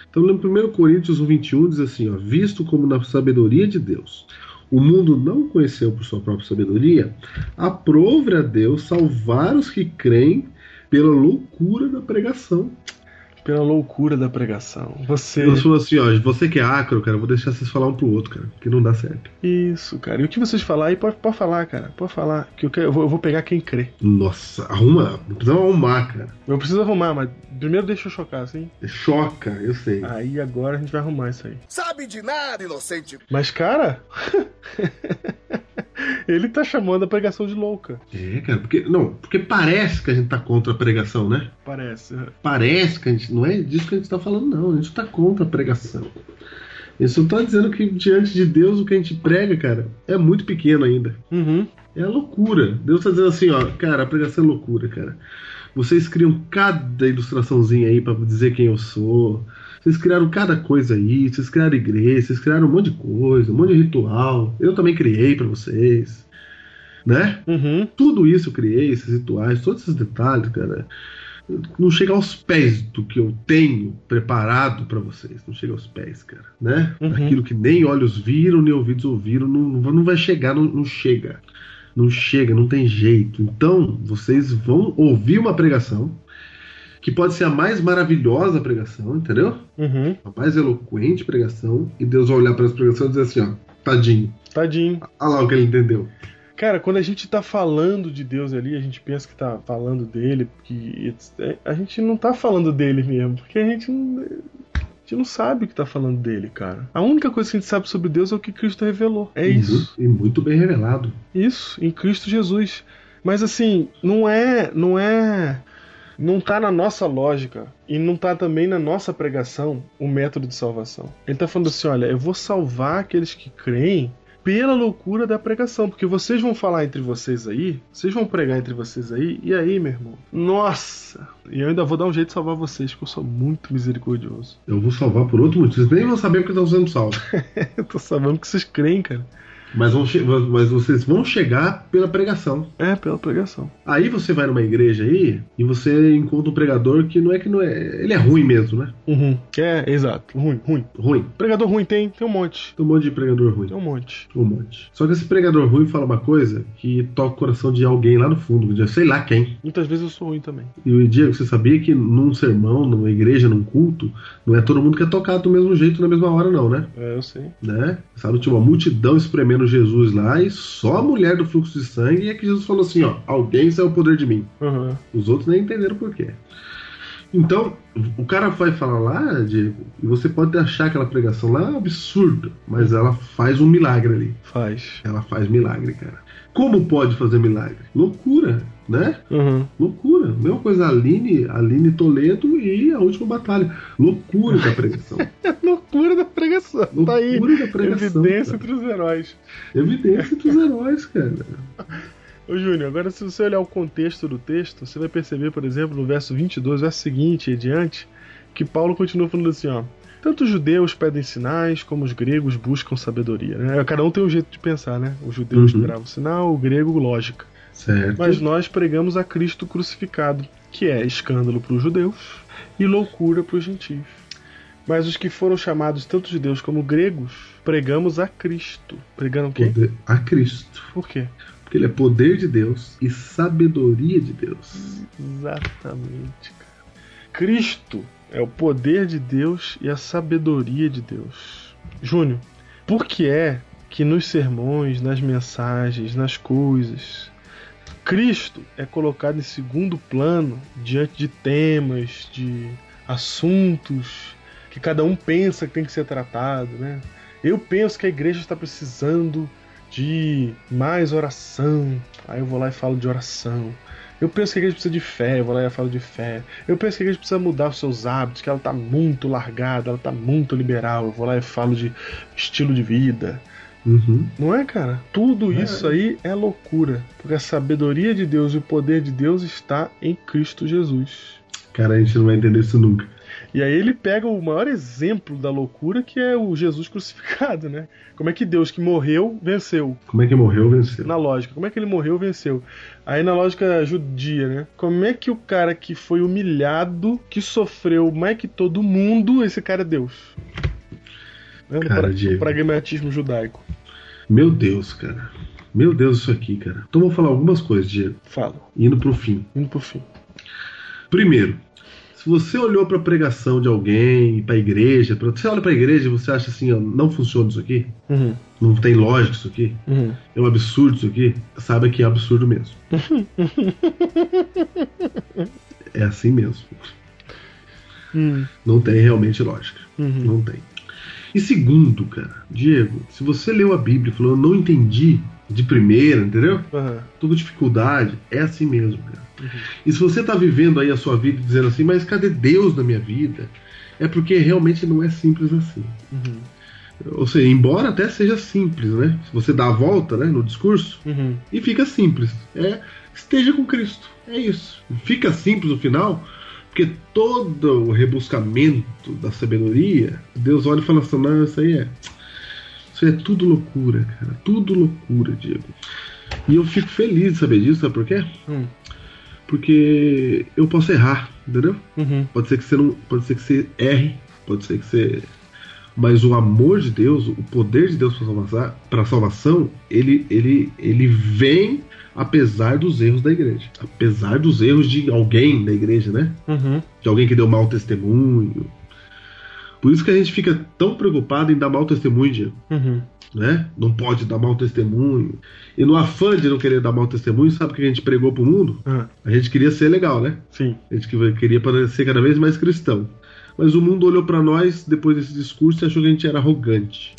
Então, no 1 Coríntios 1, 21 diz assim: ó, Visto como na sabedoria de Deus o mundo não o conheceu por sua própria sabedoria, aprove a Deus salvar os que creem pela loucura da pregação. Pela loucura da pregação. Você. Elas falam assim: ó, você que é acro, cara, vou deixar vocês falar um pro outro, cara, que não dá certo. Isso, cara. E o que vocês falar aí, pode, pode falar, cara. Pode falar. Que eu, quero- eu vou, eu vou pegar quem crê. Nossa, arruma, não precisa arrumar, cara. Eu preciso arrumar, mas primeiro deixa eu chocar, assim. Choca, eu sei. Aí agora a gente vai arrumar isso aí. Sabe de nada, inocente. Mas, cara. Ele tá chamando a pregação de louca. É, cara, porque, não, porque parece que a gente tá contra a pregação, né? Parece. parece que a gente. Não é disso que a gente está falando, não. A gente está contra a pregação. Eu só tô dizendo que diante de Deus o que a gente prega, cara, é muito pequeno ainda. Uhum. É loucura. Deus está dizendo assim, ó, cara, a pregação é loucura, cara. Vocês criam cada ilustraçãozinha aí para dizer quem eu sou. Vocês criaram cada coisa aí, vocês criaram igreja, vocês criaram um monte de coisa, um monte de ritual. Eu também criei para vocês. Né? Uhum. tudo isso eu criei, esses rituais, todos esses detalhes, cara, não chega aos pés do que eu tenho preparado pra vocês. Não chega aos pés, cara, né? Uhum. Aquilo que nem olhos viram, nem ouvidos ouviram, não, não vai- não vai chegar, não, não chega. Não chega, não tem jeito. Então, vocês vão ouvir uma pregação que pode ser a mais maravilhosa pregação, entendeu? Uhum. A mais eloquente pregação, e Deus vai olhar para essa pregação e dizer assim, ó, tadinho. Tadinho. Olha lá o que ele entendeu. Cara, quando a gente tá falando de Deus ali, a gente pensa que tá falando dele, porque é, a gente não tá falando dele mesmo, porque a gente não, a gente não sabe o que tá falando dele, cara. A única coisa que a gente sabe sobre Deus é o que Cristo revelou. É Uhum. isso. E muito bem revelado. Isso, em Cristo Jesus. Mas assim, não é, não é, não tá na nossa lógica e não tá também na nossa pregação o método de salvação. Ele tá falando assim, olha, eu vou salvar aqueles que creem pela loucura da pregação, porque vocês vão falar entre vocês aí, vocês vão pregar entre vocês aí, e aí, meu irmão? Nossa! E eu ainda vou dar um jeito de salvar vocês, porque eu sou muito misericordioso. Eu vou salvar por outro motivo. Vocês nem vão saber porque estão sendo salvos. Eu tô sabendo que vocês creem, cara. Mas, vão che- mas vocês vão chegar pela pregação. É, pela pregação. Aí você vai numa igreja aí e você encontra um pregador que não é que não é. Ele é ruim mesmo, né? Uhum. É, exato. Ruim, ruim. Ruim. Pregador ruim tem, tem um monte. Tem um monte de pregador ruim. Tem um monte. Um monte. Só que esse pregador ruim fala uma coisa que toca o coração de alguém lá no fundo, de sei lá quem. Muitas vezes eu sou ruim também. E o Diego, você sabia que num sermão, numa igreja, num culto, não é todo mundo que é tocado do mesmo jeito na mesma hora, não, né? É, eu sei. né? Sabe, tinha uma multidão espremendo Jesus lá e só a mulher do fluxo de sangue é que Jesus falou assim, ó, alguém saiu o poder de mim. Uhum. Os outros nem entenderam por quê. Então, o cara vai falar lá, Diego, e você pode achar aquela pregação lá absurda, mas ela faz um milagre ali. Faz. Ela faz milagre, cara. Como pode fazer milagre? Loucura, né? Uhum. Loucura. Mesma coisa, Aline, Aline Toledo e a última batalha. Loucura da pregação. É Loucura da pregação. tá aí. Loucura da pregação. Evidência cara. entre os heróis. Evidência dos heróis, cara. Ô, Júnior, agora se você olhar o contexto do texto, você vai perceber, por exemplo, no verso 22, verso seguinte e adiante, que Paulo continua falando assim, ó. Tanto os judeus pedem sinais, como os gregos buscam sabedoria, né? Cada um tem um jeito de pensar, né? O judeu Uhum. esperava o sinal, o grego, lógica. Certo. Mas nós pregamos a Cristo crucificado, que é escândalo para os judeus e loucura para os gentios. Mas os que foram chamados tanto judeus como gregos, pregamos a Cristo. Pregaram quem? Poder a Cristo. Por quê? Porque ele é poder de Deus e sabedoria de Deus. Exatamente, cara. Cristo é o poder de Deus e a sabedoria de Deus. Júnior, por que é que nos sermões, nas mensagens, nas coisas, Cristo é colocado em segundo plano diante de temas, de assuntos que cada um pensa que tem que ser tratado, né? Eu penso que a igreja está precisando de mais oração. Aí eu vou lá e falo de oração. Eu penso que a igreja precisa de fé, eu vou lá e falo de fé. Eu penso que a igreja precisa mudar os seus hábitos, que ela está muito largada, ela está muito liberal. Eu vou lá e falo de estilo de vida. Uhum. Não é, cara? Tudo isso aí é loucura. Porque a sabedoria de Deus e o poder de Deus está em Cristo Jesus. Cara, a gente não vai entender isso nunca. E aí ele pega o maior exemplo da loucura, que é o Jesus crucificado, né? Como é que Deus que morreu venceu? Como é que morreu, venceu? Na lógica, como é que ele morreu venceu? Aí na lógica judia, né? Como é que o cara que foi humilhado, que sofreu mais que todo mundo, esse cara é Deus? Né? No Cara, pra- Diego. pragmatismo judaico. Meu Deus, cara. Meu Deus, isso aqui, cara. Então vou falar algumas coisas, Diego, Fala, indo pro fim. indo pro fim. Primeiro, se você olhou pra pregação de alguém, pra igreja, pra... você olha pra igreja e você acha assim, ó, não funciona isso aqui, Uhum, não tem lógica isso aqui, uhum. é um absurdo isso aqui, saiba que é absurdo mesmo. é assim mesmo. Hum, Não tem realmente lógica. uhum. Não tem. E segundo, cara, Diego, se você leu a Bíblia e falou, eu não entendi de primeira, entendeu? Aham. Tô com dificuldade, é assim mesmo, cara. Uhum. E se você tá vivendo aí a sua vida e dizendo assim, mas cadê Deus na minha vida? É porque realmente não é simples assim. Uhum. Ou seja, embora até seja simples, né? Se você dá a volta né, no discurso, Uhum. e fica simples. É esteja com Cristo. É isso. Fica simples no final, porque todo o rebuscamento da sabedoria, Deus olha e fala assim: não, isso aí é. Isso aí é tudo loucura, cara. Tudo loucura, Diego. E eu fico feliz de saber disso, sabe por quê? Hum. Porque eu posso errar, entendeu? Uhum. Pode ser que você não. Pode ser que você erre, pode ser que você. Mas o amor de Deus, o poder de Deus para salvação, ele, ele, ele vem apesar dos erros da igreja. Apesar dos erros de alguém da igreja, né? Uhum. De alguém que deu mau testemunho. Por isso que a gente fica tão preocupado em dar mau testemunho, Diego, Uhum. né? Não pode dar mau testemunho. E no afã de não querer dar mau testemunho, sabe o que a gente pregou pro mundo? Ah, A gente queria ser legal, né? sim. A gente que- queria parecer cada vez mais cristão. Mas o mundo olhou pra nós depois desse discurso e achou que a gente era arrogante.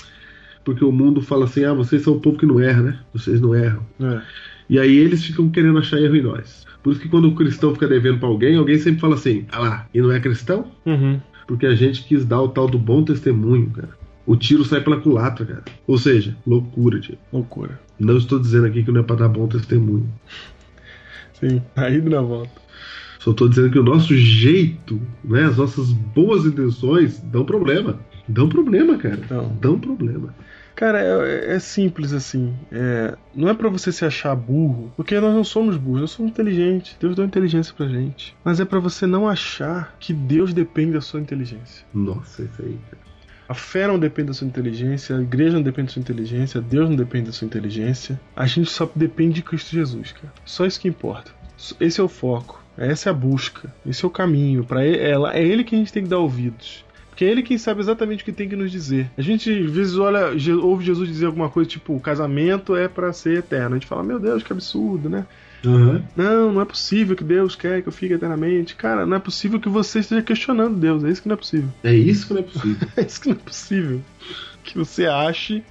Porque o mundo fala assim: ah, vocês são o povo que não erra, né? Vocês não erram. É. E aí eles ficam querendo achar erro em nós. Por isso que quando o cristão fica devendo pra alguém, alguém sempre fala assim: ah lá, e não é cristão? Uhum. Porque a gente quis dar o tal do bom testemunho, cara. O tiro sai pela culatra, cara. Ou seja, loucura, tio. Loucura. Não estou dizendo aqui que não é pra dar bom testemunho. Sim. Aí na volta. Só tô dizendo que o nosso jeito, né, as nossas boas intenções dão problema. Dão problema, cara. Dão. Dão problema. Cara, é, é simples assim. É, não é pra você se achar burro, porque nós não somos burros, nós somos inteligentes. Deus deu inteligência pra gente. Mas é pra você não achar que Deus depende da sua inteligência. Nossa, isso aí, cara. A fé não depende da sua inteligência, a igreja não depende da sua inteligência, Deus não depende da sua inteligência. A gente só depende de Cristo Jesus, cara. Só isso que importa. Esse é o foco, essa é a busca, esse é o caminho. Para ela, é ele que a gente tem que dar ouvidos. Porque é ele quem sabe exatamente o que tem que nos dizer. A gente às vezes olha, Je- ouve Jesus dizer alguma coisa tipo, o casamento é pra ser eterno. A gente fala, meu Deus, que absurdo, né? Aham. Não, não é possível que Deus quer que eu fique eternamente. Cara, não é possível que você esteja questionando Deus. É isso que não é possível. É isso que não é possível. É isso que não é possível. Que você ache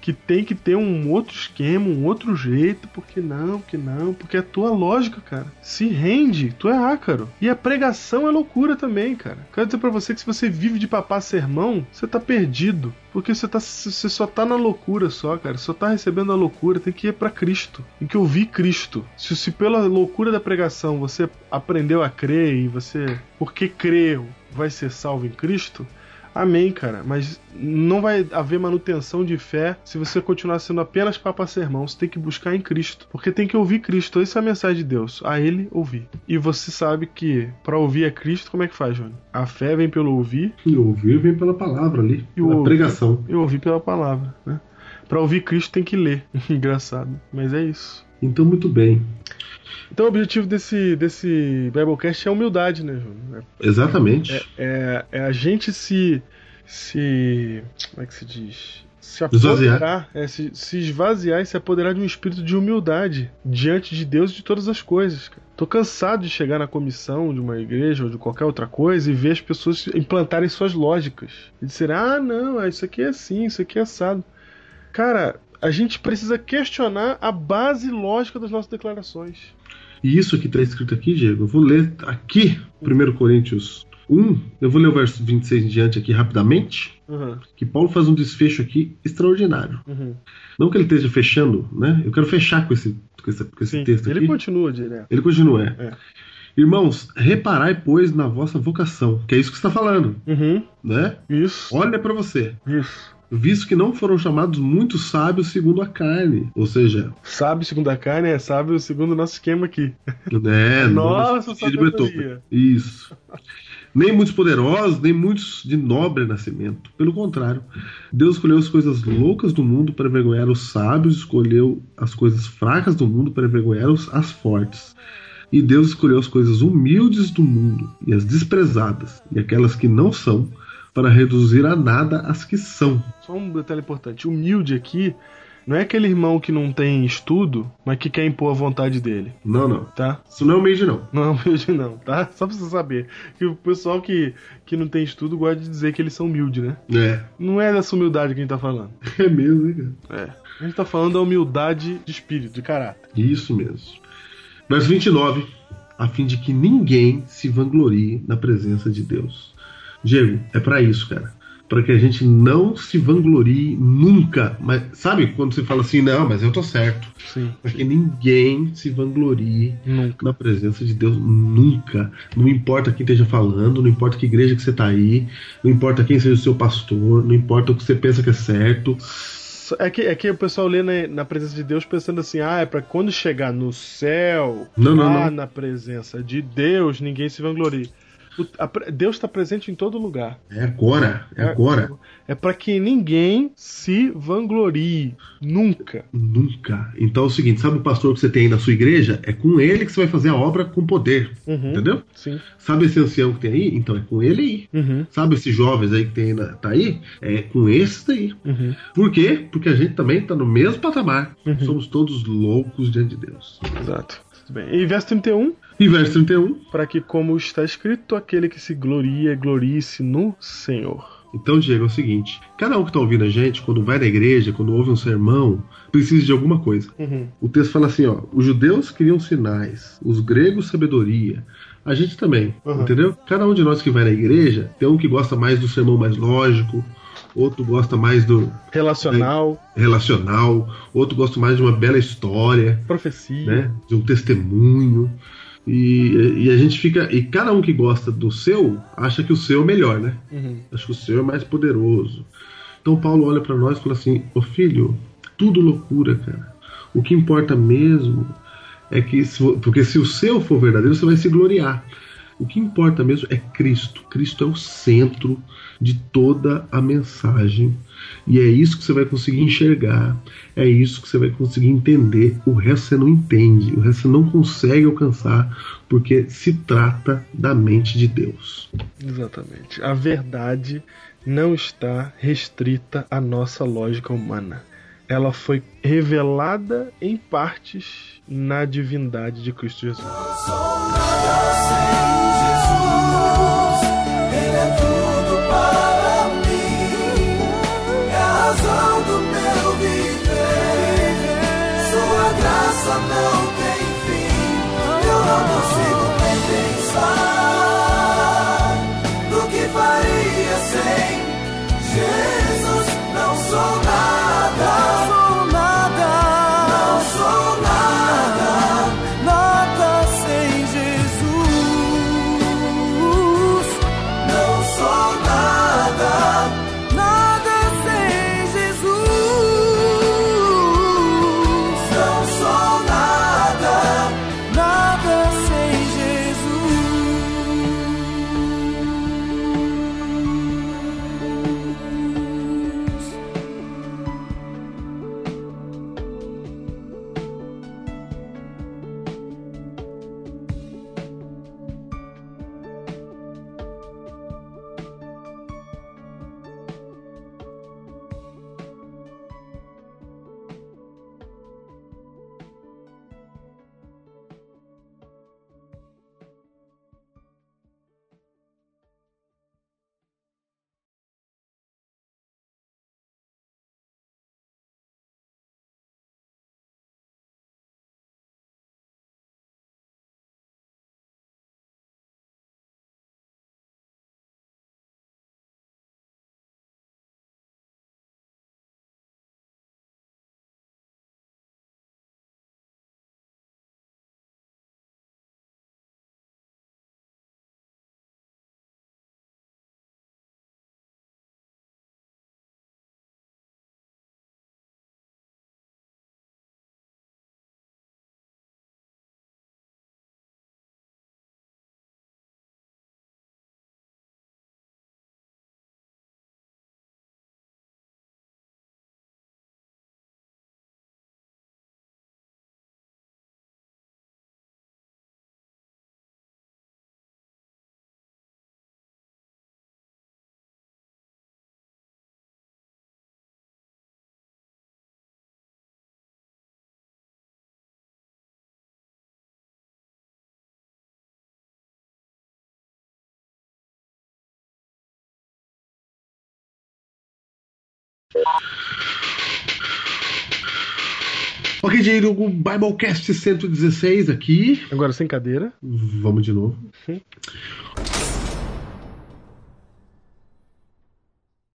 que tem que ter um outro esquema, um outro jeito, porque não, porque não, porque é tua lógica, cara. Se rende, tu é ácaro. E a pregação é loucura também, cara. Quero dizer pra você que se você vive de papar sermão, você tá perdido. Porque você, tá, você só tá na loucura só, cara. Só tá recebendo a loucura, tem que ir pra Cristo. Tem que ouvir Cristo. Se, se pela loucura da pregação você aprendeu a crer e você, porque creu, vai ser salvo em Cristo, Amém, cara. Mas não vai haver manutenção de fé se você continuar sendo apenas papa sermão. Você tem que buscar em Cristo. Porque tem que ouvir Cristo. Essa é a mensagem de Deus. A Ele ouvir. E você sabe que pra ouvir a Cristo, como é que faz, Júnior? A fé vem pelo ouvir e ouvir vem pela palavra ali. E pela o- pregação. e ouvir pela palavra, né? Pra ouvir Cristo tem que ler. Engraçado. Mas é isso. Então, muito bem. Então o objetivo desse, desse Biblecast é a humildade, né, Júnior? Exatamente. É, é a gente se. se. como é que se diz? Se Esvaziar. apoderar, é, se, se esvaziar e se apoderar de um espírito de humildade diante de Deus e de todas as coisas. Cara. Tô cansado de chegar na comissão de uma igreja ou de qualquer outra coisa e ver as pessoas implantarem suas lógicas. E dizer, ah, não, isso aqui é assim, isso aqui é assado. Cara, a gente precisa questionar a base lógica das nossas declarações. E isso que está escrito aqui, Diego, eu vou ler aqui, 1 Coríntios 1, eu vou ler o verso 26 em diante aqui rapidamente, Uhum, que Paulo faz um desfecho aqui extraordinário. uhum. Não que ele esteja fechando, né? Eu quero fechar com esse, com esse, com esse Sim, texto ele aqui. continua direto. Ele continua. é. É. Irmãos, reparai, pois, na vossa vocação, que é isso que está falando, Uhum. né? Isso. Olha para você, Isso. visto que não foram chamados muitos sábios segundo a carne, ou seja, Sabe, segundo a carne, é sábio segundo o nosso esquema aqui. né? Nossa, não- de sabedoria. Beethoven. Isso. Nem muitos poderosos, nem muitos de nobre nascimento. Pelo contrário, Deus escolheu as coisas loucas do mundo para envergonhar os sábios, escolheu as coisas fracas do mundo para envergonhar os, as fortes. E Deus escolheu as coisas humildes do mundo e as desprezadas, e aquelas que não são, para reduzir a nada as que são. Só um detalhe importante. Humilde aqui não é aquele irmão que não tem estudo, mas que quer impor a vontade dele, Não, não. tá? Isso não é humilde, não. Não é humilde não, tá? Só pra você saber. Que o pessoal que, que não tem estudo gosta de dizer que eles são humildes, né? É. Não é dessa humildade que a gente tá falando. É mesmo, hein, cara? A gente tá falando da humildade de espírito, de caráter. Isso mesmo. Verso 29. A fim de que ninguém se vanglorie na presença de Deus. Diego, é pra isso, cara. Pra que a gente não se vanglorie nunca. Mas sabe quando você fala assim, não, mas eu tô certo. Sim. Pra que ninguém se vanglorie Nunca. na presença de Deus nunca. Não importa quem esteja falando, não importa que igreja que você tá aí, não importa quem seja o seu pastor, não importa o que você pensa que é certo. É que, é que o pessoal lê na, na presença de Deus pensando assim, ah, é pra quando chegar no céu, Não, não, lá não. na presença de Deus, ninguém se vanglorie. O- a pre- Deus está presente em todo lugar. É agora, é agora. É pra que ninguém se vanglorie. Nunca. Nunca. Então é o seguinte, sabe o pastor que você tem aí na sua igreja? É com ele que você vai fazer a obra com poder. Uhum. Entendeu? Sim. Sabe esse ancião que tem aí? Então é com ele aí. Uhum. Sabe esses jovens aí que tem aí na, tá aí? É com esse daí. Uhum. Por quê? Porque a gente também tá no mesmo patamar. Somos todos loucos diante de Deus. Exato. Tudo bem. E verso 31, E um. verso 31. para que como está escrito, aquele que se gloria, glorie-se no Senhor. Então, Diego, é o seguinte: cada um que tá ouvindo a gente, quando vai na igreja, quando ouve um sermão, precisa de alguma coisa. Uhum. O texto fala assim, ó, os judeus queriam sinais, os gregos sabedoria. A gente também, Uhum. entendeu? Cada um de nós que vai na igreja, tem um que gosta mais do sermão mais lógico, outro gosta mais do Relacional, relacional, outro gosta mais de uma bela história, profecia. né? De um testemunho. E, e a gente fica. E cada um que gosta do seu, acha que o seu é o melhor, né? Uhum. Acho que o Senhor é mais poderoso. Então Paulo olha para nós e fala assim: Ô filho, tudo loucura, cara. O que importa mesmo é que, se vo- porque se o seu for verdadeiro, você vai se gloriar. O que importa mesmo é Cristo. Cristo é o centro de toda a mensagem. E é isso que você vai conseguir enxergar. É isso que você vai conseguir entender. O resto você não entende. O resto você não consegue alcançar. Porque se trata da mente de Deus. Exatamente. A verdade não está restrita à nossa lógica humana. Ela foi revelada em partes na divindade de Cristo Jesus. Ele é tudo para mim, é a razão do meu viver. Sua graça não tem fim, eu não consigo nem pensar no que faria sem Jesus. Não sou nada, não sou nada, nada sem Jesus. Ok, Jairo, o Biblecast 116 aqui. Agora sem cadeira. Vamos de novo.